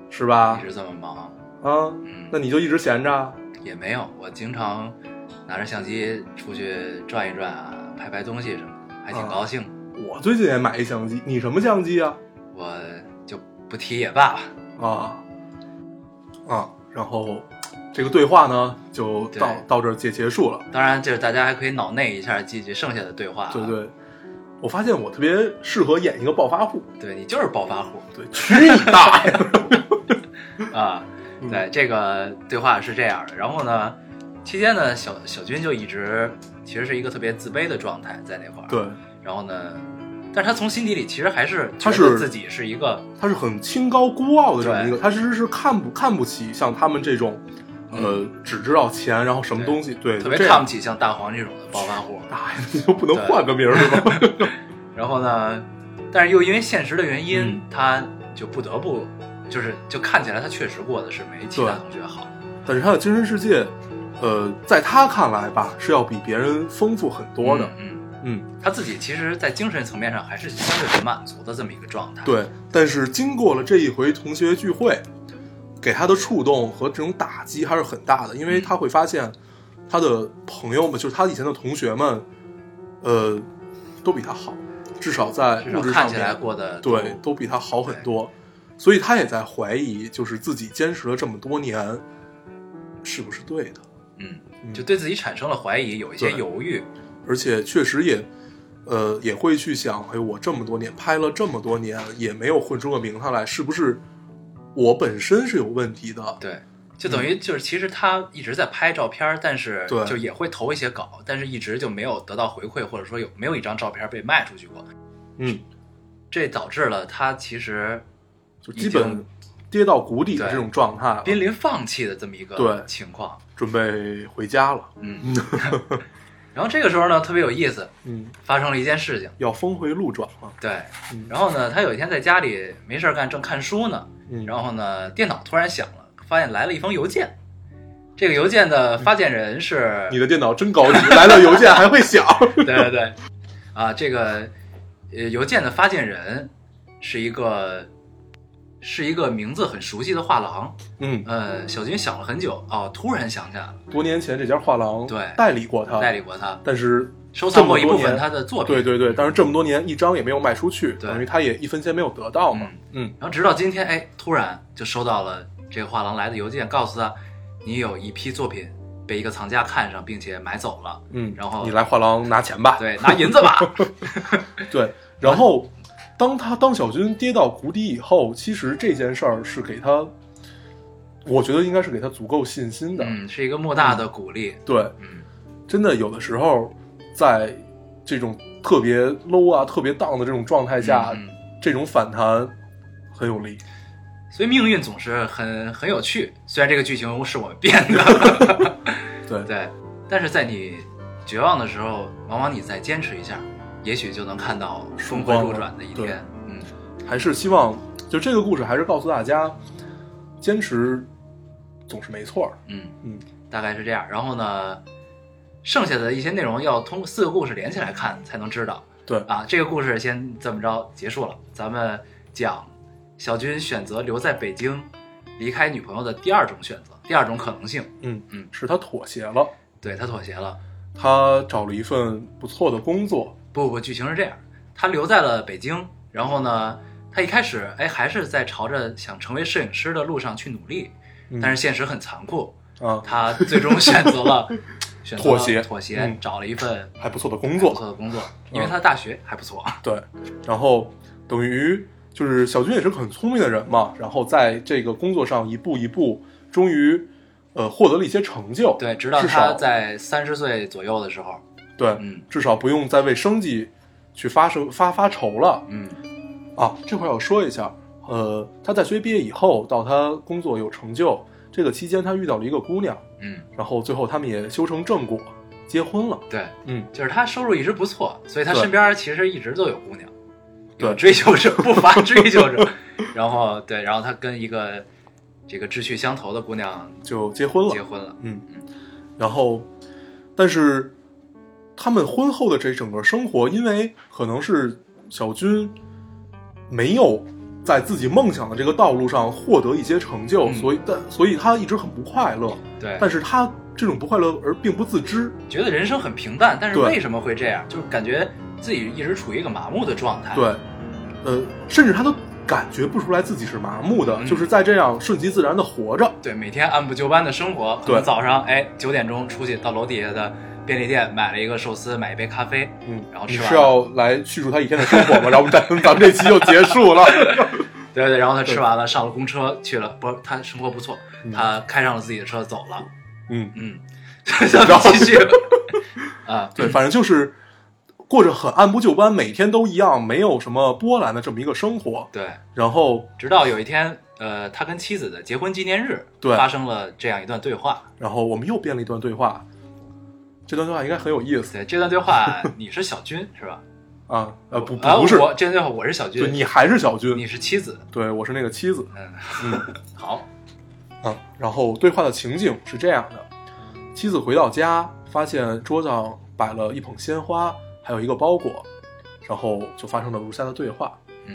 Speaker 2: 是吧
Speaker 1: 一？直这么忙。
Speaker 2: 啊，
Speaker 1: 嗯，
Speaker 2: 那你就一直闲着，啊
Speaker 1: 也没有，我经常拿着相机出去转一转啊，拍拍东西什么的，还挺
Speaker 2: 啊
Speaker 1: 高兴的。
Speaker 2: 我最近也买一相机，你什么相机啊？
Speaker 1: 我就不提也罢吧。
Speaker 2: 啊啊，然后这个对话呢就
Speaker 1: 对
Speaker 2: 到到这儿结结束了。
Speaker 1: 当然，就是大家还可以脑内一下记记剩下的对话、啊。
Speaker 2: 对对，我发现我特别适合演一个暴发户，
Speaker 1: 对，你就是暴发户
Speaker 2: 对，去你大嗯爷！
Speaker 1: 啊！对，这个对话是这样的。然后呢，期间呢，小小军就一直其实是一个特别自卑的状态在那块儿。。
Speaker 2: 对，
Speaker 1: 然后呢，但是他从心底里其实还是
Speaker 2: 他
Speaker 1: 觉得
Speaker 2: 是
Speaker 1: 自己是一个
Speaker 2: 他是很清高孤傲的这么
Speaker 1: 对
Speaker 2: 一个，他其实是看不看不起像他们这种，呃，只知道钱，然后什么
Speaker 1: 嗯对
Speaker 2: 东西，对，
Speaker 1: 特别
Speaker 2: 这
Speaker 1: 看
Speaker 2: 样
Speaker 1: 不起像大黄这种的暴发户。
Speaker 2: 大爷，你就不能换个名儿是
Speaker 1: (laughs)
Speaker 2: 吧？
Speaker 1: 然后呢，但是又因为现实的原因，
Speaker 2: 嗯
Speaker 1: 他就不得不就是就看起来他确实过得是没其他
Speaker 2: 对
Speaker 1: 同学好。
Speaker 2: 但是他的精神世界，呃，在他看来吧，是要比别人丰富很多的。
Speaker 1: 嗯，嗯
Speaker 2: 嗯，
Speaker 1: 他自己其实，在精神层面上还是相对很满足的这么一个状态。，
Speaker 2: 对。但是经过了这一回同学聚会，给他的触动和这种打击还是很大的，因
Speaker 1: 嗯
Speaker 2: 为他会发现他的朋友们，就是他以前的同学们，呃，都比他好，至少在
Speaker 1: 至
Speaker 2: 物
Speaker 1: 少
Speaker 2: 质
Speaker 1: 看
Speaker 2: 上
Speaker 1: 起来
Speaker 2: 面，
Speaker 1: 过得
Speaker 2: 对，都比他好很多。所以他也在怀疑，就是自己坚持了这么多年，是不是对的？
Speaker 1: 嗯，
Speaker 2: 嗯
Speaker 1: 就对自己产生了怀疑，有一些
Speaker 2: 对
Speaker 1: 犹豫。
Speaker 2: 而且确实也，呃，也会去想，哎，我这么多年拍了这么多年，也没有混出个名堂来，是不是我本身是有问题的？
Speaker 1: 对，就等于就是其实他一直在拍照片儿，但是
Speaker 2: 对
Speaker 1: 就也会投一些稿，但是一直就没有得到回馈，或者说有没有一张照片被卖出去过。
Speaker 2: 嗯，
Speaker 1: 这导致了他其实
Speaker 2: 就基本跌到谷底的这种状态了，
Speaker 1: 濒临放弃的这么一个
Speaker 2: 对
Speaker 1: 情况。
Speaker 2: 准备回家了。
Speaker 1: 嗯，然后这个时候呢，特别有意思，
Speaker 2: 嗯，
Speaker 1: 发生了一件事情。
Speaker 2: 要峰回路转了。
Speaker 1: 对，
Speaker 2: 嗯
Speaker 1: 然后呢，他有一天在家里没事儿干，正看书呢，
Speaker 2: 嗯，
Speaker 1: 然后呢，电脑突然响了，发现来了一封邮件。这个邮件的发件人是
Speaker 2: 嗯你的电脑真高级，来了邮件还会
Speaker 1: (laughs)
Speaker 2: 响。
Speaker 1: 对对对，啊，这个呃，邮件的发件人是一个是一个名字很熟悉的画廊。
Speaker 2: 嗯，
Speaker 1: 呃，小军想了很久，哦，突然想起来了，
Speaker 2: 多年前这家画廊
Speaker 1: 对
Speaker 2: 代理过他，
Speaker 1: 代理过他，
Speaker 2: 但是
Speaker 1: 收藏过一部
Speaker 2: 啊这么多
Speaker 1: 分
Speaker 2: 年
Speaker 1: 他的作品。
Speaker 2: 对对对，但是这么多年一张也没有卖出去，
Speaker 1: 对
Speaker 2: 等于他也一分钱没有得到嘛。嗯
Speaker 1: 然后直到今天，哎，突然就收到了这个画廊来的邮件，告诉他你有一批作品被一个藏家看上，并且买走了，
Speaker 2: 嗯，
Speaker 1: 然后
Speaker 2: 你来画廊拿钱吧。
Speaker 1: 对，拿银子
Speaker 2: (laughs)
Speaker 1: 吧。
Speaker 2: 对，然后当他当小军跌到谷底以后，其实这件事儿是给他，我觉得应该是给他足够信心的。
Speaker 1: 嗯，是一个莫大的鼓励。
Speaker 2: 对，
Speaker 1: 嗯
Speaker 2: 真的有的时候在这种特别 low 啊、特别 down 的这种状态下，
Speaker 1: 嗯嗯
Speaker 2: 这种反弹很有力。
Speaker 1: 所以命运总是很很有趣，虽然这个剧情是我们编的，
Speaker 2: (laughs) 对，
Speaker 1: 对，但是在你绝望的时候，往往你再坚持一下，也许就能看到峰回路转的一
Speaker 2: 对
Speaker 1: 天。嗯，
Speaker 2: 还是希望就这个故事还是告诉大家，坚持总是没错儿。
Speaker 1: 嗯
Speaker 2: 嗯，
Speaker 1: 大概是这样。然后呢，剩下的一些内容要通过四个故事连起来看才能知道。
Speaker 2: 对
Speaker 1: 啊，这个故事先这么着结束了。咱们讲小军选择留在北京，离开女朋友的第二种选择，第二种可能性。
Speaker 2: 嗯
Speaker 1: 嗯
Speaker 2: 是他妥协了，
Speaker 1: 对他妥协了。
Speaker 2: 他找了一份不错的工作。
Speaker 1: 不不，剧情是这样，他留在了北京，然后呢，他一开始哎还是在朝着想成为摄影师的路上去努力，
Speaker 2: 嗯
Speaker 1: 但是现实很残酷，
Speaker 2: 啊，
Speaker 1: 他最终选择
Speaker 2: (laughs)
Speaker 1: 了选择了
Speaker 2: 妥协
Speaker 1: 妥协、
Speaker 2: 嗯
Speaker 1: 找了一份
Speaker 2: 还不错的工
Speaker 1: 不
Speaker 2: 作，嗯
Speaker 1: 错的工作，因为他大学还不
Speaker 2: (laughs)
Speaker 1: 错，
Speaker 2: 对，然后等于就是小军也是个很聪明的人嘛，然后在这个工作上一步一步，终于呃获得了一些成就，
Speaker 1: 对，直到
Speaker 2: 至
Speaker 1: 他
Speaker 2: 少
Speaker 1: 在三十岁左右的时候，
Speaker 2: 对，
Speaker 1: 嗯
Speaker 2: 至少不用再为生计去发生发发愁了
Speaker 1: 嗯
Speaker 2: 啊。这块儿要说一下，呃，他大学毕业以后到他工作有成就，这个期间他遇到了一个姑娘，
Speaker 1: 嗯，
Speaker 2: 然后最后他们也修成正果，结婚了，
Speaker 1: 对，
Speaker 2: 嗯，
Speaker 1: 就是他收入一直不错，所以他
Speaker 2: 对
Speaker 1: 身边其实一直都有姑娘，有
Speaker 2: 对
Speaker 1: 追求者不乏追求
Speaker 2: (laughs)
Speaker 1: 者，然后对，然后他跟一个这个志趣相投的姑娘
Speaker 2: 就结婚了，
Speaker 1: 结婚了，
Speaker 2: 嗯，然后，但是他们婚后的这整个生活，因为可能是小军没有在自己梦想的这个道路上获得一些成就，
Speaker 1: 嗯
Speaker 2: 所以但所以他一直很不快乐，
Speaker 1: 对，
Speaker 2: 但是他这种不快乐而并不自知，
Speaker 1: 觉得人生很平淡，但是
Speaker 2: 对
Speaker 1: 为什么会这样？就是感觉自己一直处于一个麻木的状态，
Speaker 2: 对，呃，甚至他都感觉不出来自己是麻木的，
Speaker 1: 嗯
Speaker 2: 就是在这样顺其自然的活着，
Speaker 1: 对，每天按部就班的生活，可
Speaker 2: 对
Speaker 1: 能早上哎九点钟出去到楼底下的便利店买了一个寿司，买一杯咖啡，
Speaker 2: 嗯，
Speaker 1: 然后
Speaker 2: 你
Speaker 1: 吃
Speaker 2: 是
Speaker 1: 完了，
Speaker 2: 要来叙述他一天的生活吗？然后咱们咱们这期就结束了。 (laughs)
Speaker 1: 对对，然后他吃
Speaker 2: 对
Speaker 1: 完了上了公车去了，不是他生活不错，
Speaker 2: 嗯
Speaker 1: 他开上了自己的车走了，
Speaker 2: 嗯，
Speaker 1: 嗯，咱们继续 (laughs) 啊，
Speaker 2: 对，反正就是过着很按部就班，每天都一样，没有什么波澜的这么一个生活。
Speaker 1: 对，
Speaker 2: 然后，
Speaker 1: 直到有一天，呃，他跟妻子的结婚纪念日
Speaker 2: 对
Speaker 1: 发生了这样一段对话，
Speaker 2: 然后我们又编了一段对话，这段对话应该很有意思
Speaker 1: 对，这段对
Speaker 2: (laughs)
Speaker 1: 话你是小军是吧？
Speaker 2: 啊。呃，不，
Speaker 1: 啊
Speaker 2: 不是，
Speaker 1: 我这段对话我是小
Speaker 2: 对
Speaker 1: 军，
Speaker 2: 你还是小军，
Speaker 1: 你是妻子，
Speaker 2: 对我是那个妻子
Speaker 1: 嗯，
Speaker 2: 嗯
Speaker 1: 好，
Speaker 2: 啊。然后对话的情景是这样的：妻子回到家，发现桌上摆了一捧鲜花，还有一个包裹，然后就发生了如下的对话。
Speaker 1: 嗯，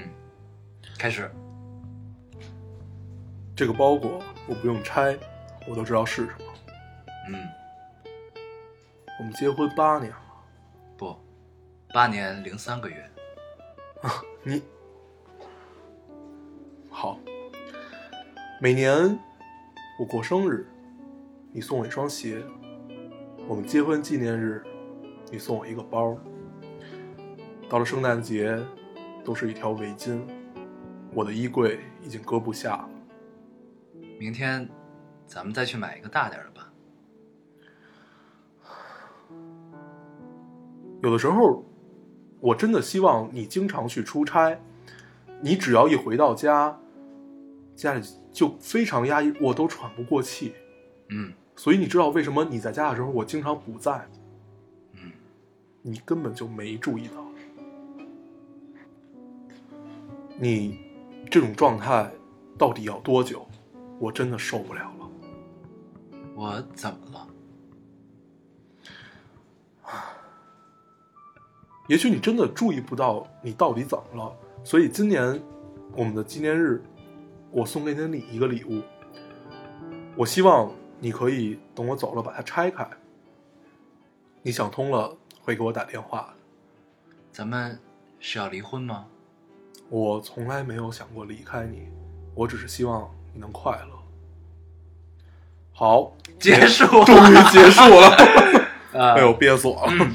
Speaker 1: 开始，
Speaker 2: 这个包裹我不用拆，我都知道是什么。
Speaker 1: 嗯，
Speaker 2: 我们结婚八年了。
Speaker 1: 不，八年零三个月，
Speaker 2: 你好，每年我过生日，你送我一双鞋；我们结婚纪念日，你送我一个包；到了圣诞节，都是一条围巾。我的衣柜已经搁不下了。
Speaker 1: 明天咱们再去买一个大点儿的吧，
Speaker 2: 有的时候，我真的希望你经常去出差，你只要一回到家，家里就非常压抑，我都喘不过气。
Speaker 1: 嗯
Speaker 2: 所以你知道为什么你在家的时候我经常不在吗？
Speaker 1: 嗯，
Speaker 2: 你根本就没注意到。你这种状态到底要多久？我真的受不了了。
Speaker 1: 我怎么了？
Speaker 2: 也许你真的注意不到你到底怎么了。所以今年我们的纪念日，我送给你一个礼物。我希望你可以等我走了把它拆开。你想通了会给我打电话。
Speaker 1: 咱们是要离婚吗？
Speaker 2: 我从来没有想过离开你，我只是希望你能快乐。好，
Speaker 1: 结束。
Speaker 2: 终于结束了，
Speaker 1: (laughs) 呃
Speaker 2: 哎呦，憋死我了。 (laughs)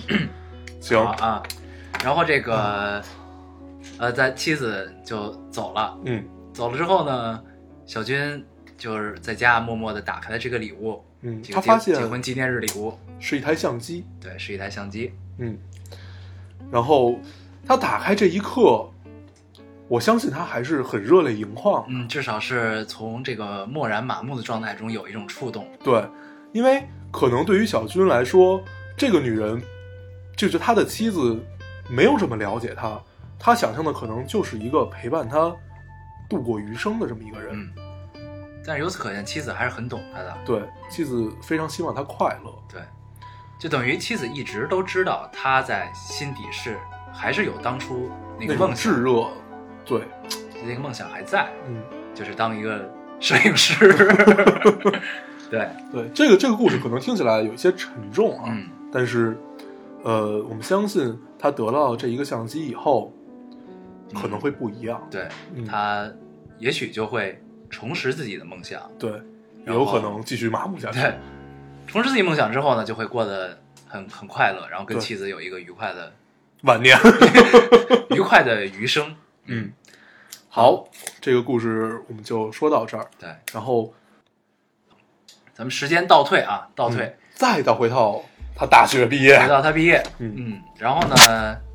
Speaker 2: 行，
Speaker 1: 嗯好啊，然后这个，呃，咱妻子就走了，
Speaker 2: 嗯
Speaker 1: 走了之后呢，小军就是在家默默的打开了这个礼物，
Speaker 2: 嗯，
Speaker 1: 这
Speaker 2: 他
Speaker 1: 个
Speaker 2: 发
Speaker 1: 结
Speaker 2: 现
Speaker 1: 结婚纪念日礼物，
Speaker 2: 是一台相机，
Speaker 1: 对，是一台相机，
Speaker 2: 嗯，然后他打开这一刻，我相信他还是很热泪盈眶。
Speaker 1: 嗯，至少是从这个漠然麻木的状态中有一种触动，
Speaker 2: 对，因为可能对于小军来说，这个女人就是他的妻子，没有这么了解他，他想象的可能就是一个陪伴他度过余生的这么一个人。
Speaker 1: 嗯，但是由此可见，妻子还是很懂他的，
Speaker 2: 对，妻子非常希望他快乐。
Speaker 1: 对，就等于妻子一直都知道他在心底是还是有当初那个
Speaker 2: 种
Speaker 1: 梦想
Speaker 2: 炙，热，对，
Speaker 1: 那个梦想还在，
Speaker 2: 嗯，
Speaker 1: 就是当一个摄影师。 (laughs) 对，
Speaker 2: 对，这个这个故事可能听起来有一些沉重啊，
Speaker 1: 嗯
Speaker 2: 但是，呃，我们相信他得到这一个相机以后，可能会不一样。
Speaker 1: 对，
Speaker 2: 嗯，
Speaker 1: 他也许就会重拾自己的梦想。
Speaker 2: 嗯对，也
Speaker 1: 然
Speaker 2: 有可
Speaker 1: 后
Speaker 2: 能继续麻木下去。
Speaker 1: 对，重拾自己梦想之后呢，就会过得很很快乐，然后跟
Speaker 2: 对
Speaker 1: 妻子有一个愉快的
Speaker 2: 晚年，
Speaker 1: 愉快的余生。
Speaker 2: 嗯，好，这个故事我们就说到这儿，
Speaker 1: 对，
Speaker 2: 然后
Speaker 1: 咱们时间倒退啊，倒退。
Speaker 2: 嗯再倒回到他大学毕业
Speaker 1: 直，到他毕业。
Speaker 2: 嗯
Speaker 1: 嗯，然后呢，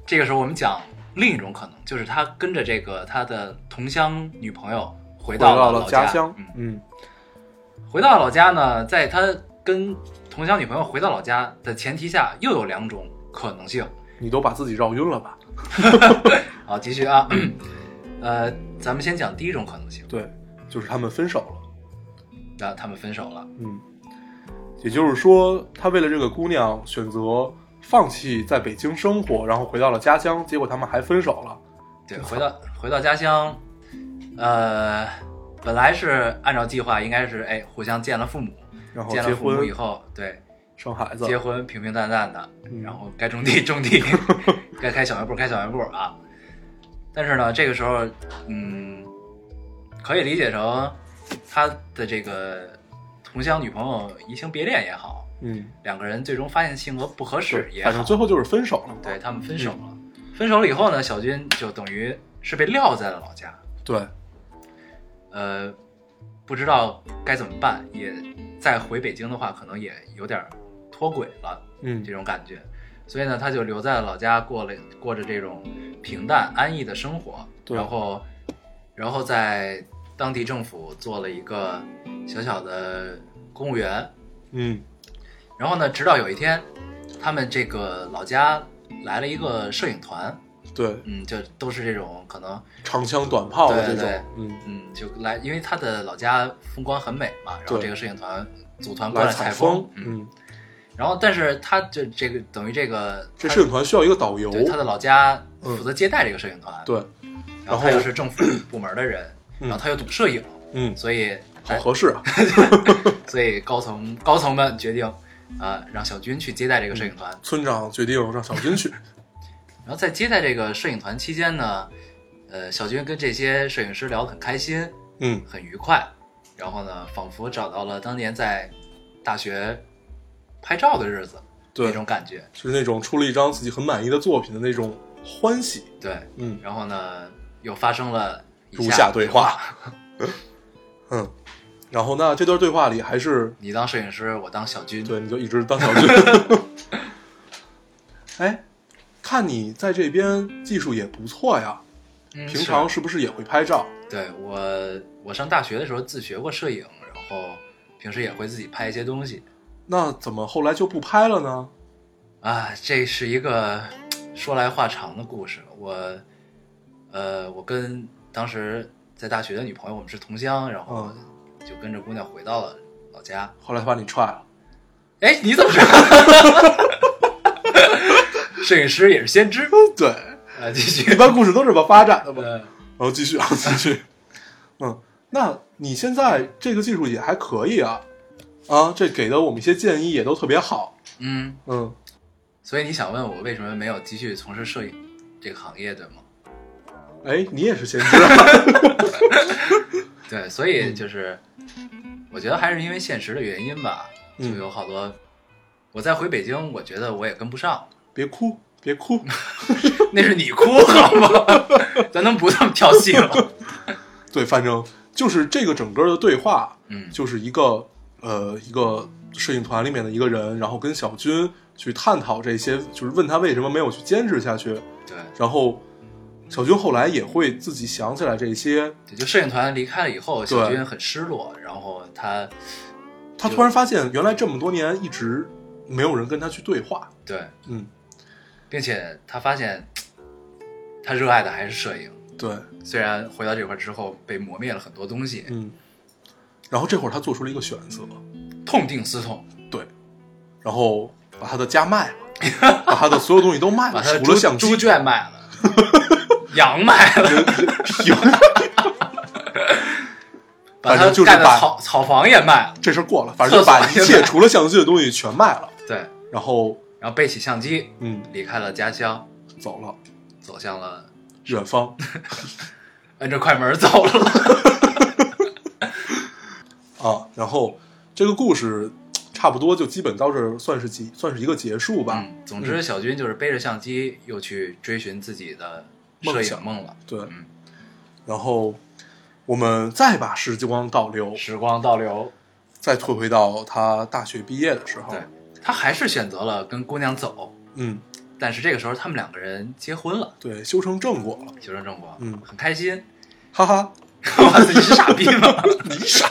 Speaker 1: 这个时候我们讲另一种可能，就是他跟着这个他的同乡女朋友回
Speaker 2: 回
Speaker 1: 到
Speaker 2: 到
Speaker 1: 了老
Speaker 2: 了家乡
Speaker 1: 嗯，，
Speaker 2: 嗯，
Speaker 1: 回到老家呢，在他跟同乡女朋友回到老家的前提下，又有两种可能性。
Speaker 2: 你都把自己绕晕了吧？
Speaker 1: 好，继续啊， (clears throat) 呃，咱们先讲第一种可能性，
Speaker 2: 对，就是他们分手了。
Speaker 1: 那他们分手了。
Speaker 2: 嗯，也就是说，他为了这个姑娘选择放弃在北京生活，然后回到了家乡，结果他们还分手了。
Speaker 1: 对，
Speaker 2: 嗯
Speaker 1: 回到回到家乡，呃，本来是按照计划应该是哎互相见了父母，
Speaker 2: 然后
Speaker 1: 见
Speaker 2: 结
Speaker 1: 了父母
Speaker 2: 婚
Speaker 1: 以后，对，
Speaker 2: 生孩子，
Speaker 1: 结婚平平淡淡的，
Speaker 2: 嗯
Speaker 1: 然后该种
Speaker 2: (laughs)
Speaker 1: 地种地，该开小卖部开小卖部啊。但是呢，这个时候，嗯，可以理解成他的这个同乡女朋友移情别恋也好，
Speaker 2: 嗯，
Speaker 1: 两个人最终发现性格不合适
Speaker 2: 对，
Speaker 1: 也
Speaker 2: 反正
Speaker 1: 好，
Speaker 2: 最嗯后就是分手了嘛。
Speaker 1: 对他们分手了。分手了以后呢，小军就等于是被撂在了老家，
Speaker 2: 对，
Speaker 1: 呃，不知道该怎么办，也再回北京的话，可能也有点儿脱轨了。
Speaker 2: 嗯
Speaker 1: 这，种感觉，所以呢，他就留在老家过了过着这种平淡安逸的生活，
Speaker 2: 对
Speaker 1: 然后，然后在当地政府做了一个小小的公务员，
Speaker 2: 嗯，
Speaker 1: 然后呢，直到有一天，他们这个老家来了一个摄影团，
Speaker 2: 对，
Speaker 1: 嗯，就都是这种可能，
Speaker 2: 长枪短炮的这
Speaker 1: 对对
Speaker 2: 种，嗯，
Speaker 1: 嗯，就来，因为他的老家风光很美嘛，然后
Speaker 2: 对
Speaker 1: 这个摄影团组团过
Speaker 2: 来
Speaker 1: 来
Speaker 2: 采
Speaker 1: 采
Speaker 2: 风，
Speaker 1: 嗯，
Speaker 2: 嗯，
Speaker 1: 然后但是他就这个等于这个
Speaker 2: 这
Speaker 1: 他
Speaker 2: 摄影团需要一个导游，
Speaker 1: 对，他的老家负责接待这个摄影团，
Speaker 2: 哦嗯对，
Speaker 1: 然后他又是政
Speaker 2: (coughs)
Speaker 1: 府部门的人，
Speaker 2: 嗯
Speaker 1: 然后他又懂摄影，
Speaker 2: 嗯，
Speaker 1: 所以
Speaker 2: 好合适啊，
Speaker 1: 所以高层高层们决定，啊，让小军去接待这个摄影团。
Speaker 2: 村长决定让小军去，
Speaker 1: 然后在接待这个摄影团期间呢，呃，小军跟这些摄影师聊得很开心，
Speaker 2: 嗯，
Speaker 1: 很愉快，然后呢，仿佛找到了当年在大学拍照的日子那
Speaker 2: 对，
Speaker 1: 种感觉，
Speaker 2: 是那种出了一张自己很满意的作品的那种欢喜，
Speaker 1: 对。
Speaker 2: 嗯，
Speaker 1: 然后呢，又发生了以
Speaker 2: 如下对话
Speaker 1: 话：
Speaker 2: 嗯，然后那这段对话里还是
Speaker 1: 你当摄影师，我当小军。
Speaker 2: 对，你就一直当小军。 (laughs) 哎，看你在这边技术也不错呀，
Speaker 1: 嗯
Speaker 2: 平常
Speaker 1: 是
Speaker 2: 是不是也会拍照？
Speaker 1: 对我，我上大学的时候自学过摄影，然后平时也会自己拍一些东西。
Speaker 2: 那怎么后来就不拍了呢？
Speaker 1: 啊，这是一个说来话长的故事。我，呃，我跟当时在大学的女朋友，我们是同乡，然后就跟着姑娘回到了老家。
Speaker 2: 嗯后来把你踹了， (laughs)
Speaker 1: 哎，你怎么知道？ (laughs) 摄影师也是先知
Speaker 2: 对，
Speaker 1: 啊，继续
Speaker 2: 一。般故事都是这么发展的嘛。
Speaker 1: 呃，
Speaker 2: 然后继续啊，继续，嗯，那你现在这个技术也还可以啊，啊，这给的我们一些建议也都特别好，
Speaker 1: 嗯，
Speaker 2: 嗯，
Speaker 1: 所以你想问我为什么没有继续从事摄影这个行业，对吗？
Speaker 2: 哎，你也是先知啊， (laughs)
Speaker 1: 对，所
Speaker 2: 嗯
Speaker 1: 以就是，我觉得还是因为现实的原因吧，就
Speaker 2: 嗯
Speaker 1: 有好多。我再回北京，我觉得我也跟不上，
Speaker 2: 别哭，别哭，
Speaker 1: 那是你哭好吗？ (laughs) 咱能不这么跳戏
Speaker 2: (laughs)
Speaker 1: 吗？
Speaker 2: 对，反正就是这个整个的对话，
Speaker 1: 嗯，
Speaker 2: 就是一个呃一个摄影团里面的一个人，然后跟小军去探讨这些，就是问他为什么没有去坚持下去，
Speaker 1: 对，
Speaker 2: 然后小军后来也会自己想起来这些，
Speaker 1: 对就摄影团离开了以后，小
Speaker 2: 对
Speaker 1: 军很失落，然后他
Speaker 2: 他突然发现原来这么多年一直没有人跟他去对话，
Speaker 1: 对，
Speaker 2: 嗯，
Speaker 1: 并且他发现他热爱的还是摄影，
Speaker 2: 对，
Speaker 1: 虽然回到这块儿之后被磨灭了很多东西，
Speaker 2: 嗯，然后这会儿他做出了一个选择，嗯
Speaker 1: 痛定思痛，
Speaker 2: 对，然后把他的家卖了。把他的所有东西都
Speaker 1: (laughs)
Speaker 2: 卖
Speaker 1: 把
Speaker 2: 了，
Speaker 1: 他的
Speaker 2: 除了
Speaker 1: 猪
Speaker 2: 相机
Speaker 1: 猪，圈卖了， (laughs) 羊卖了，把
Speaker 2: (laughs) 反
Speaker 1: 他
Speaker 2: 正就是
Speaker 1: 盖的
Speaker 2: 把
Speaker 1: 草草房也卖了，
Speaker 2: 这事儿过了，反正就
Speaker 1: 厕所
Speaker 2: 把一
Speaker 1: 也卖
Speaker 2: 切
Speaker 1: 了
Speaker 2: 除了相机的东西全卖了，
Speaker 1: 对，
Speaker 2: 然后
Speaker 1: 然后背起相机
Speaker 2: 嗯
Speaker 1: 离开了家乡，
Speaker 2: 走了，
Speaker 1: 走向了
Speaker 2: 远方。
Speaker 1: 摁着快门走了。
Speaker 2: 啊，然后这个故事差不多就基本到这儿，算是结算是一个结束
Speaker 1: (laughs)
Speaker 2: 吧。
Speaker 1: 嗯，总之，小军就是背着相机又去追寻自己的摄影梦了。
Speaker 2: 对，
Speaker 1: 嗯
Speaker 2: 然后我们再把时光倒流，
Speaker 1: 时光倒流，
Speaker 2: 再退回到他大学毕业的时候
Speaker 1: 对。他还是选择了跟姑娘走，
Speaker 2: 嗯，
Speaker 1: 但是这个时候他们两个人结婚了，
Speaker 2: 对，修成正果了，
Speaker 1: 修成正果，
Speaker 2: 嗯
Speaker 1: 很开心。
Speaker 2: 哈哈，
Speaker 1: 哇塞，你是傻逼
Speaker 2: (laughs)
Speaker 1: 吗？
Speaker 2: 你傻。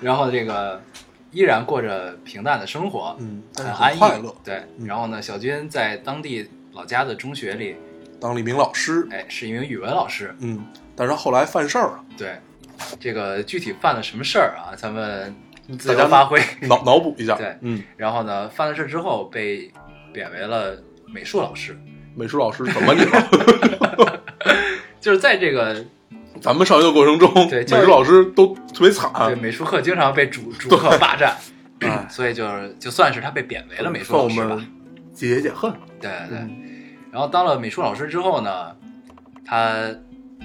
Speaker 1: 然后这个依然过着平淡的生活，
Speaker 2: 嗯，但
Speaker 1: 很
Speaker 2: 是
Speaker 1: 安
Speaker 2: 很
Speaker 1: 逸，
Speaker 2: 快乐，
Speaker 1: 对，
Speaker 2: 嗯
Speaker 1: 然后呢，小军在当地老家的中学里，
Speaker 2: 当了一名老师。
Speaker 1: 哎，是一名语文老师。
Speaker 2: 嗯，但是后来犯事儿了，
Speaker 1: 对，这个具体犯了什么事儿啊？咱们自
Speaker 2: 大
Speaker 1: 由
Speaker 2: 家
Speaker 1: 发挥。 (laughs)
Speaker 2: 脑脑补一下。
Speaker 1: 对
Speaker 2: 嗯，
Speaker 1: 然后呢，犯了事之后被贬为了美术老师，
Speaker 2: 美术老师怎么
Speaker 1: (laughs)
Speaker 2: 你了？
Speaker 1: 就是在这个
Speaker 2: 咱们上学的过程中，
Speaker 1: 对教育
Speaker 2: 美术老师都特别惨，
Speaker 1: 对美术课经常被 (laughs) 主主课霸占，
Speaker 2: 哎
Speaker 1: 所以就是就算是他被贬为了美术
Speaker 2: 嗯算我
Speaker 1: 老师吧，
Speaker 2: 们解解恨。
Speaker 1: 对对对。
Speaker 2: 嗯
Speaker 1: 然后当了美术老师之后呢，他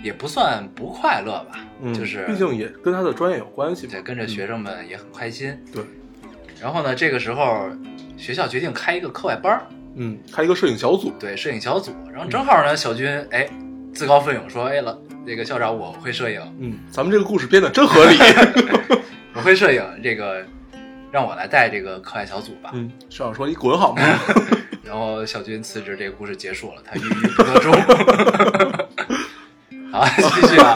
Speaker 1: 也不算不快乐吧，
Speaker 2: 嗯，
Speaker 1: 就是
Speaker 2: 毕竟也跟他的专业有关系嘛。
Speaker 1: 对跟着学生们也很开心。
Speaker 2: 对，
Speaker 1: 然后呢，这个时候学校决定开一个课外班儿，
Speaker 2: 嗯，开一个摄影小组，
Speaker 1: 对摄影小组。然后正好呢，小军哎自告奋勇说，哎了，那个校长我会摄影， (laughs)
Speaker 2: 嗯，咱们这个故事编的真合理，
Speaker 1: 我会摄影，这个让我来带这个课外小组吧。
Speaker 2: 嗯，校长说你滚好吗？
Speaker 1: (laughs) 然后小军辞职，这个故事结束了，他郁郁不得中。 (laughs) 好，继续啊，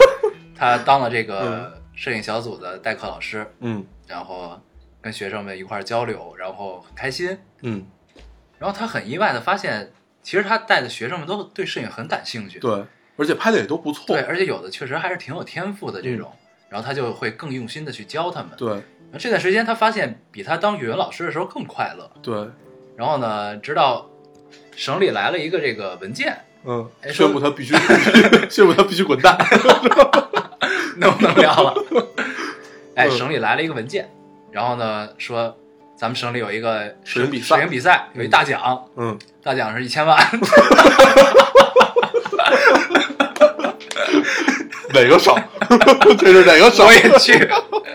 Speaker 1: 他当了这个摄影小组的代课老师，
Speaker 2: 嗯
Speaker 1: 然后跟学生们一块儿交流，然后很开心。
Speaker 2: 嗯，
Speaker 1: 然后他很意外的发现，其实他带的学生们都对摄影很感兴趣，
Speaker 2: 对，而且拍的也都不错
Speaker 1: 对，，而且有的确实还是挺有天赋的这种。然后他就会更用心的去教他们。
Speaker 2: 嗯对
Speaker 1: 然后这段时间，他发现比他当语文老师的时候更快乐。
Speaker 2: 对，
Speaker 1: 然后呢，直到省里来了一个这个文件，
Speaker 2: 嗯，
Speaker 1: 哎说
Speaker 2: 宣布他必须 (laughs) 宣布他必须滚蛋，
Speaker 1: 能不能聊了？哎，
Speaker 2: 嗯
Speaker 1: 省里来了一个文件，然后呢说咱们省里有一个
Speaker 2: 摄影比赛
Speaker 1: 摄影比赛有一大奖，
Speaker 2: 嗯，
Speaker 1: 大奖是一
Speaker 2: (laughs)
Speaker 1: 千万，
Speaker 2: 哪个少？ (laughs) 这是哪个少
Speaker 1: 我？也去。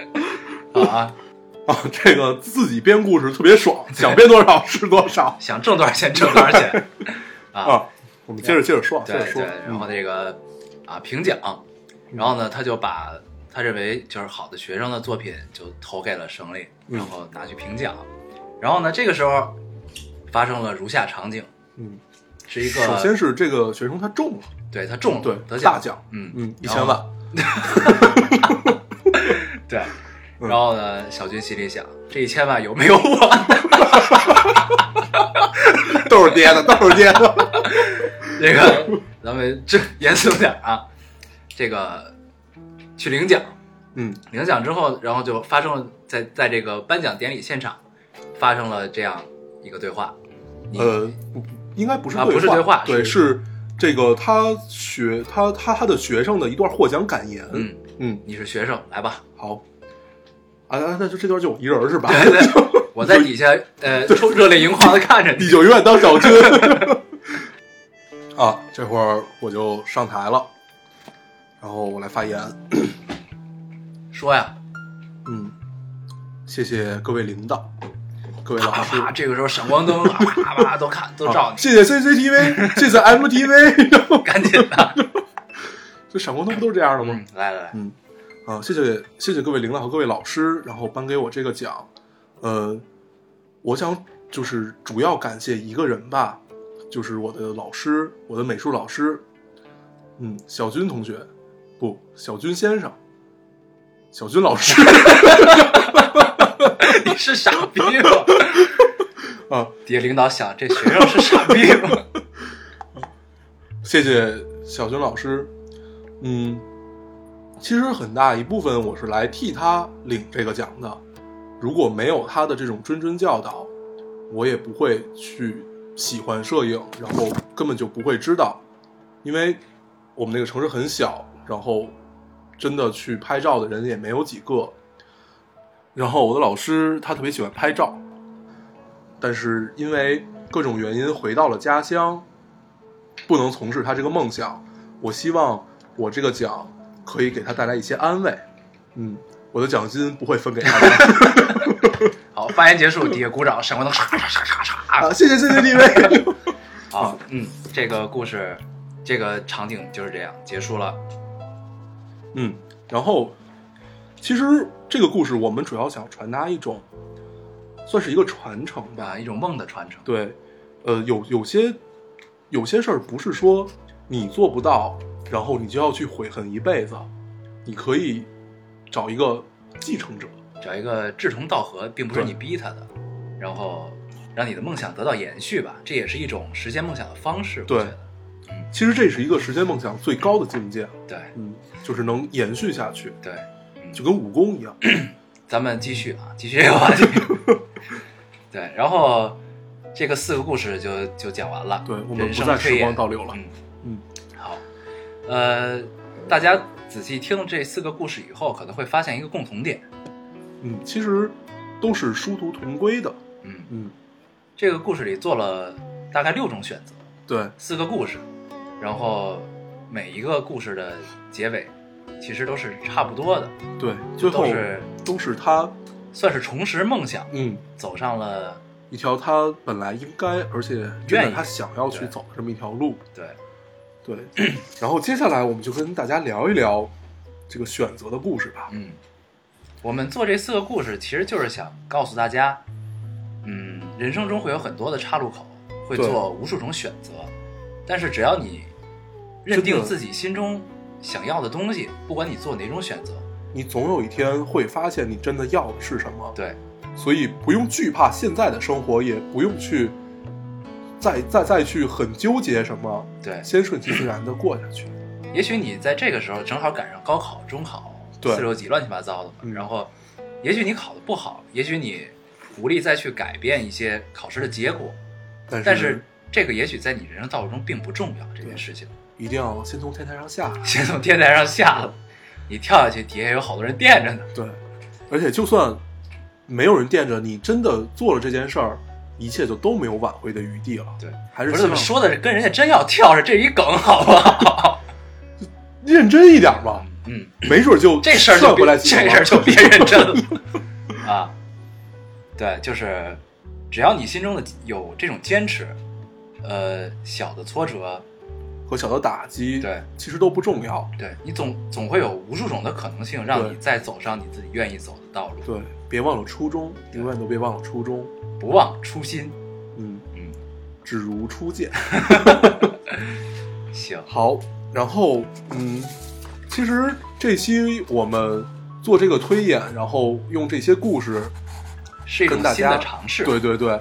Speaker 1: (laughs) 好啊，
Speaker 2: (laughs) 啊，这个自己编故事特别爽，想编多少是多少
Speaker 1: 想挣多少钱挣多少钱 (laughs) 啊？
Speaker 2: 啊。我们接着接着说，接
Speaker 1: 对
Speaker 2: 着
Speaker 1: 对
Speaker 2: 说，，
Speaker 1: 然后
Speaker 2: 嗯
Speaker 1: 这个啊评奖，然后呢他就把他认为就是好的学生的作品就投给了省里，
Speaker 2: 嗯
Speaker 1: 然后拿去评奖，然后呢这个时候发生了如下场景，
Speaker 2: 嗯，
Speaker 1: 是一个
Speaker 2: 首先是这个学生他中了，
Speaker 1: 对他中了，
Speaker 2: 对
Speaker 1: 得奖
Speaker 2: 大奖
Speaker 1: 嗯
Speaker 2: 嗯，一
Speaker 1: 然
Speaker 2: 千
Speaker 1: 后
Speaker 2: 万，
Speaker 1: 对，
Speaker 2: 嗯
Speaker 1: 然后呢，小军心里想，这一千万有没有我？
Speaker 2: (laughs) 都是爹的，都是
Speaker 1: (laughs)
Speaker 2: 爹的。
Speaker 1: (laughs) 这个咱们这严肃点啊，这个去领奖，
Speaker 2: 嗯
Speaker 1: 领奖之后，然后就发生了在在这个颁奖典礼现场发生了这样一个对话，你
Speaker 2: 呃，不应该不是
Speaker 1: 啊
Speaker 2: 对话，
Speaker 1: 不是对话
Speaker 2: 对，
Speaker 1: 是
Speaker 2: 是这个他学他他他的学生的一段获奖感言。
Speaker 1: 嗯，
Speaker 2: 嗯，
Speaker 1: 你是学生，来吧，
Speaker 2: 好。啊，那那就这段就我一人儿是吧？ (laughs)
Speaker 1: 对对， (laughs) 我在底下呃冲热泪盈眶的看着
Speaker 2: 你 (laughs)
Speaker 1: 你，
Speaker 2: 就永远当小军。 (laughs) 啊，这会儿我就上台了，然后我来发言。
Speaker 1: 说呀，
Speaker 2: 嗯，谢谢各位领导，各位老
Speaker 1: 啪
Speaker 2: 师
Speaker 1: 啪，，这个时候闪光灯啊啪啪都看都照
Speaker 2: 啊
Speaker 1: 你，
Speaker 2: 谢谢 CCTV，谢谢 MTV，然后 (laughs)
Speaker 1: 赶紧的，
Speaker 2: 这闪光灯不都是这样的吗？
Speaker 1: 嗯，来来来，
Speaker 2: 嗯，啊，谢谢谢谢各位领导和各位老师，然后颁给我这个奖。呃，我想就是主要感谢一个人吧，就是我的老师，我的美术老师，嗯，小军同学，不，小军先生，小军老师
Speaker 1: 你是傻逼吗？
Speaker 2: (laughs) 啊，
Speaker 1: 底下领导想，这学生是傻逼吗？ (laughs)
Speaker 2: 谢谢小军老师。嗯，其实很大一部分我是来替他领这个奖的，如果没有他的这种谆谆教导，我也不会去喜欢摄影，然后根本就不会知道，因为我们那个城市很小，然后真的去拍照的人也没有几个。然后我的老师他特别喜欢拍照，但是因为各种原因回到了家乡，不能从事他这个梦想。我希望我这个奖可以给他带来一些安慰。嗯，我的奖金不会分给他的。
Speaker 1: 好，发言结束，底下鼓掌，闪光灯唰唰唰唰唰。
Speaker 2: (laughs) 啊，谢谢谢谢 DV。
Speaker 1: 好，嗯，这个故事，这个场景就是这样结束了。
Speaker 2: (laughs) 嗯，然后其实这个故事我们主要想传达一种，算是一个传承吧。
Speaker 1: 啊，一种梦的传承。
Speaker 2: 对，呃，有有些有些事儿不是说你做不到，然后你就要去悔恨一辈子，你可以找一个继承者。
Speaker 1: 找一个志同道合，并不是
Speaker 2: 对
Speaker 1: 你逼他的，然后让你的梦想得到延续吧，这也是一种实现梦想的方式。我
Speaker 2: 对
Speaker 1: 觉得，
Speaker 2: 其实这是一个实现梦想最高的境界，
Speaker 1: 对
Speaker 2: 嗯，就是能延续下去，
Speaker 1: 对，
Speaker 2: 就跟武功一样。
Speaker 1: 咱们继续啊，继续这个话题。 (laughs) 对，然后这个四个故事就就讲完了。
Speaker 2: 对我们
Speaker 1: 人生
Speaker 2: 不再
Speaker 1: 推
Speaker 2: 时
Speaker 1: 演
Speaker 2: 光倒流了
Speaker 1: 嗯
Speaker 2: 嗯，
Speaker 1: 好，呃，大家仔细听这四个故事以后，可能会发现一个共同点。
Speaker 2: 嗯，其实都是殊途同归的。
Speaker 1: 嗯，
Speaker 2: 嗯，
Speaker 1: 这个故事里做了大概六种选择。
Speaker 2: 对，
Speaker 1: 四个故事，然后每一个故事的结尾其实都是差不多的，
Speaker 2: 对，最后
Speaker 1: 都是
Speaker 2: 都是他，
Speaker 1: 算是重拾梦想，
Speaker 2: 嗯，
Speaker 1: 走上了
Speaker 2: 一条他本来应该，而且真
Speaker 1: 愿
Speaker 2: 的
Speaker 1: 意
Speaker 2: 他想要去
Speaker 1: 对
Speaker 2: 走的这么一条路。
Speaker 1: 对
Speaker 2: 对， (clears throat) 然后接下来我们就跟大家聊一聊这个选择的故事吧。
Speaker 1: 嗯，我们做这四个故事，其实就是想告诉大家，嗯，人生中会有很多的岔路口，会
Speaker 2: 对
Speaker 1: 做无数种选择，但是只要你认
Speaker 2: 真
Speaker 1: 定
Speaker 2: 的
Speaker 1: 自己心中想要的东西，不管你做哪种选择，
Speaker 2: 你总有一天会发现你真的要的是什么，
Speaker 1: 对
Speaker 2: 所以不用惧怕现在的生活，也不用去再再再去很纠结什么，
Speaker 1: 对，
Speaker 2: 先顺其自然的过下去。
Speaker 1: 也许你在这个时候正好赶上高考、中考、
Speaker 2: 对
Speaker 1: 四六级乱七八糟的嘛，
Speaker 2: 嗯
Speaker 1: 然后也许你考的不好，也许你无力再去改变一些考试的结果，
Speaker 2: 但是
Speaker 1: 但是这个也许在你人生道路中并不重要。这件事情
Speaker 2: 一定要先从天台上下来。
Speaker 1: 先从天台上下来，你跳下去，底下有好多人垫着呢。
Speaker 2: 对，而且就算没有人惦着你，真的做了这件事儿，一切就都没有挽回的余地了。
Speaker 1: 对，
Speaker 2: 还
Speaker 1: 不是
Speaker 2: 是希
Speaker 1: 怎么
Speaker 2: 望
Speaker 1: 说的，跟人家真要跳着，这是一梗，好不好？
Speaker 2: 认真一点吧，
Speaker 1: 嗯，
Speaker 2: 没准就
Speaker 1: 这事儿
Speaker 2: 算
Speaker 1: 就
Speaker 2: 回
Speaker 1: 别
Speaker 2: 来
Speaker 1: 这事儿就别认真了啊。对，就是只要你心中的有这种坚持，呃，小的挫折，
Speaker 2: (laughs) 和小的打击，
Speaker 1: 对，
Speaker 2: 其实都不重要。
Speaker 1: 对你总总会有无数种的可能性，让你再走上你自己愿意走的道路。
Speaker 2: 对，别忘了初衷，
Speaker 1: 对
Speaker 2: 永远都别忘了初衷。
Speaker 1: 不忘初心。
Speaker 2: 嗯
Speaker 1: 嗯，
Speaker 2: 只如初见。
Speaker 1: 行，
Speaker 2: 好，然后，嗯，其实这期我们做这个推演，然后用这些故事，
Speaker 1: 是一种
Speaker 2: 跟大
Speaker 1: 新的
Speaker 2: 家
Speaker 1: 尝试。。
Speaker 2: 对，对对，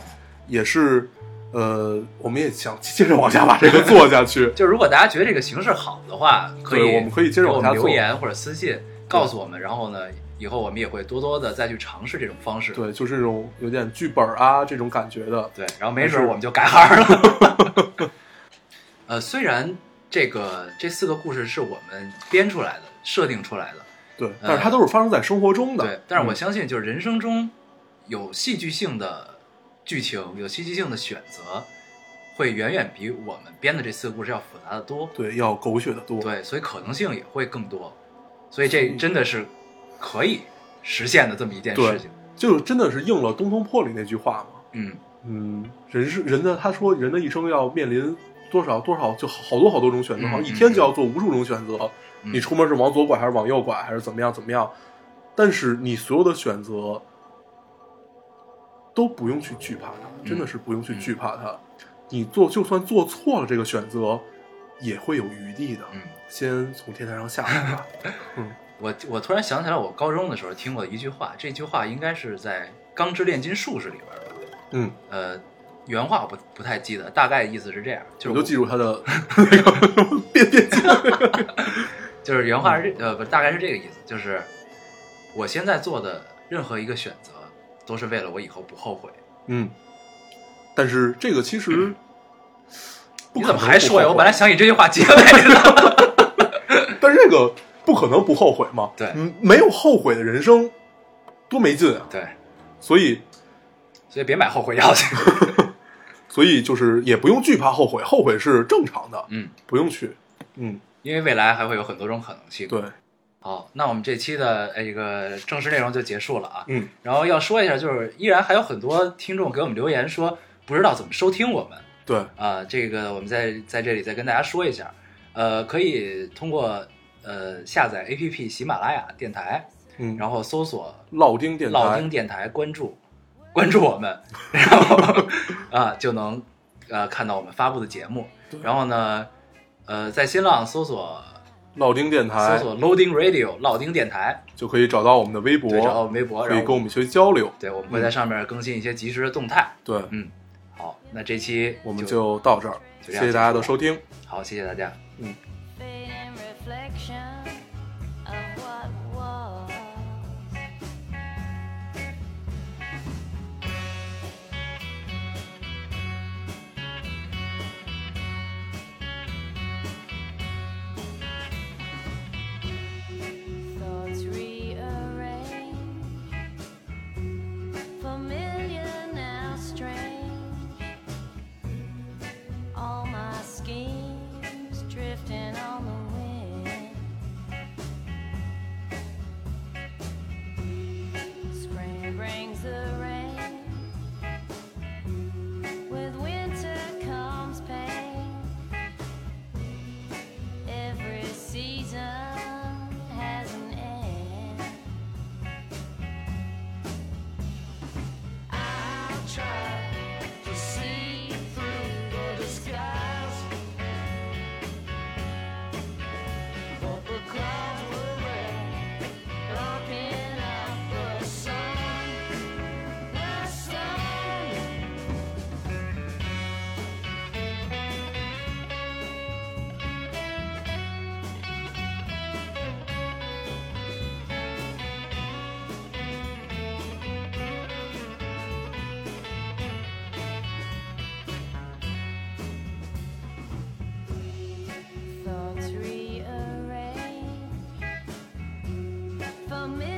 Speaker 2: 也是，呃，我们也想接着往下把这个做下去
Speaker 1: 就如果大家觉得这个形式好的话，可以
Speaker 2: 对我们可以接着
Speaker 1: 给我
Speaker 2: 往下
Speaker 1: 们
Speaker 2: 做
Speaker 1: 留言或者私信告诉我们，然后呢，以后我们也会多多的再去尝试这种方式。
Speaker 2: 对，就是这种有点剧本啊这种感觉的，
Speaker 1: 对，然后没准儿
Speaker 2: 还是
Speaker 1: 我们就改行了。 (laughs) 呃，虽然这个这四个故事是我们编出来的、设定出来的，
Speaker 2: 对，但是它都是发生在生活中的。
Speaker 1: 嗯对，但是我
Speaker 2: 嗯
Speaker 1: 相信，就是人生中有戏剧性的剧情、有戏剧性的选择，会远远比我们编的这四个故事要复杂的多。
Speaker 2: 对要狗血的多。
Speaker 1: 对，所以可能性也会更多，所以这真的是可以实现的这么一件事情。
Speaker 2: 就真的是应了《东风破》里那句话嘛，
Speaker 1: 嗯，
Speaker 2: 嗯，人是人的，他说人的一生要面临多少多少，就好好多好多种选择，
Speaker 1: 嗯
Speaker 2: 好像一
Speaker 1: 嗯
Speaker 2: 天
Speaker 1: 嗯
Speaker 2: 就要做无数种选择。
Speaker 1: 嗯
Speaker 2: 你出门是往左拐还是往右拐，还是怎么样怎么样？但是你所有的选择都不用去惧怕它，真的是不用去惧怕它。
Speaker 1: 嗯
Speaker 2: 你做就算做错了这个选择，也会有余地的。
Speaker 1: 嗯
Speaker 2: 先从天台上下来
Speaker 1: (laughs)
Speaker 2: 吧。
Speaker 1: 我我突然想起来，我高中的时候听过一句话，这句话应该是在《钢之炼金术士》里边儿吧。
Speaker 2: 嗯，
Speaker 1: 呃，原话我不不太记得，大概意思是这样，就
Speaker 2: 我
Speaker 1: 是
Speaker 2: 就记住他的 (laughs) 那个 (laughs) 变变记。
Speaker 1: 就是原话是这呃不是大概是这个意思，就是我现在做的任何一个选择都是为了我以后不后悔。
Speaker 2: 嗯，但是这个其实
Speaker 1: 嗯
Speaker 2: 不
Speaker 1: 你
Speaker 2: 可
Speaker 1: 怎
Speaker 2: 能
Speaker 1: 么还
Speaker 2: 不
Speaker 1: 说呀？
Speaker 2: 后
Speaker 1: 我
Speaker 2: 悔
Speaker 1: 本来想以这句话结尾的。 (laughs)
Speaker 2: 但是这个不可能不后悔嘛？
Speaker 1: 对
Speaker 2: 嗯，没有后悔的人生多没劲啊！
Speaker 1: 对，
Speaker 2: 所以，
Speaker 1: 所以别买后悔药去。 (laughs)
Speaker 2: 所以就是也不用惧怕后悔，后悔是正常的，
Speaker 1: 嗯，
Speaker 2: 不用去。嗯，
Speaker 1: 因为未来还会有很多种可能性。
Speaker 2: 对，
Speaker 1: 好，那我们这期的呃这个正式内容就结束了啊。
Speaker 2: 嗯，
Speaker 1: 然后要说一下，就是依然还有很多听众给我们留言说不知道怎么收听我们。
Speaker 2: 对，
Speaker 1: 啊、这个我们在在这里再跟大家说一下，呃，可以通过呃下载 APP 喜马拉雅电台，
Speaker 2: 嗯，
Speaker 1: 然后搜索
Speaker 2: 老丁电台，
Speaker 1: 老丁电台，关注关注我们，然后啊、就能呃看到我们发布的节目。然后呢，呃，在新浪搜索
Speaker 2: 老丁电
Speaker 1: 搜
Speaker 2: 台
Speaker 1: 索 Loading Radio 老丁电台，
Speaker 2: 就可以找到我们的微博，
Speaker 1: 对，然后微博，
Speaker 2: 可以
Speaker 1: 然
Speaker 2: 跟我
Speaker 1: 后
Speaker 2: 们一些交流。
Speaker 1: 对我们会在上面更新一些及时的动态。
Speaker 2: 对，
Speaker 1: 嗯，好，那这期
Speaker 2: 我们就到这儿，
Speaker 1: 就
Speaker 2: 谢
Speaker 1: 这样
Speaker 2: 谢大家的
Speaker 1: 结束
Speaker 2: 收听。
Speaker 1: 好，谢谢大家。
Speaker 3: fading reflection of what was. Thoughts rearrange, familiar now strange all my schemes drifting on the wind. Spring brings the rain, with winter comes pain. Every season has an end. I'll try to see through the disguise. But the clouds were red, blocking out the sun. The sun. Thoughts rearrange, familiar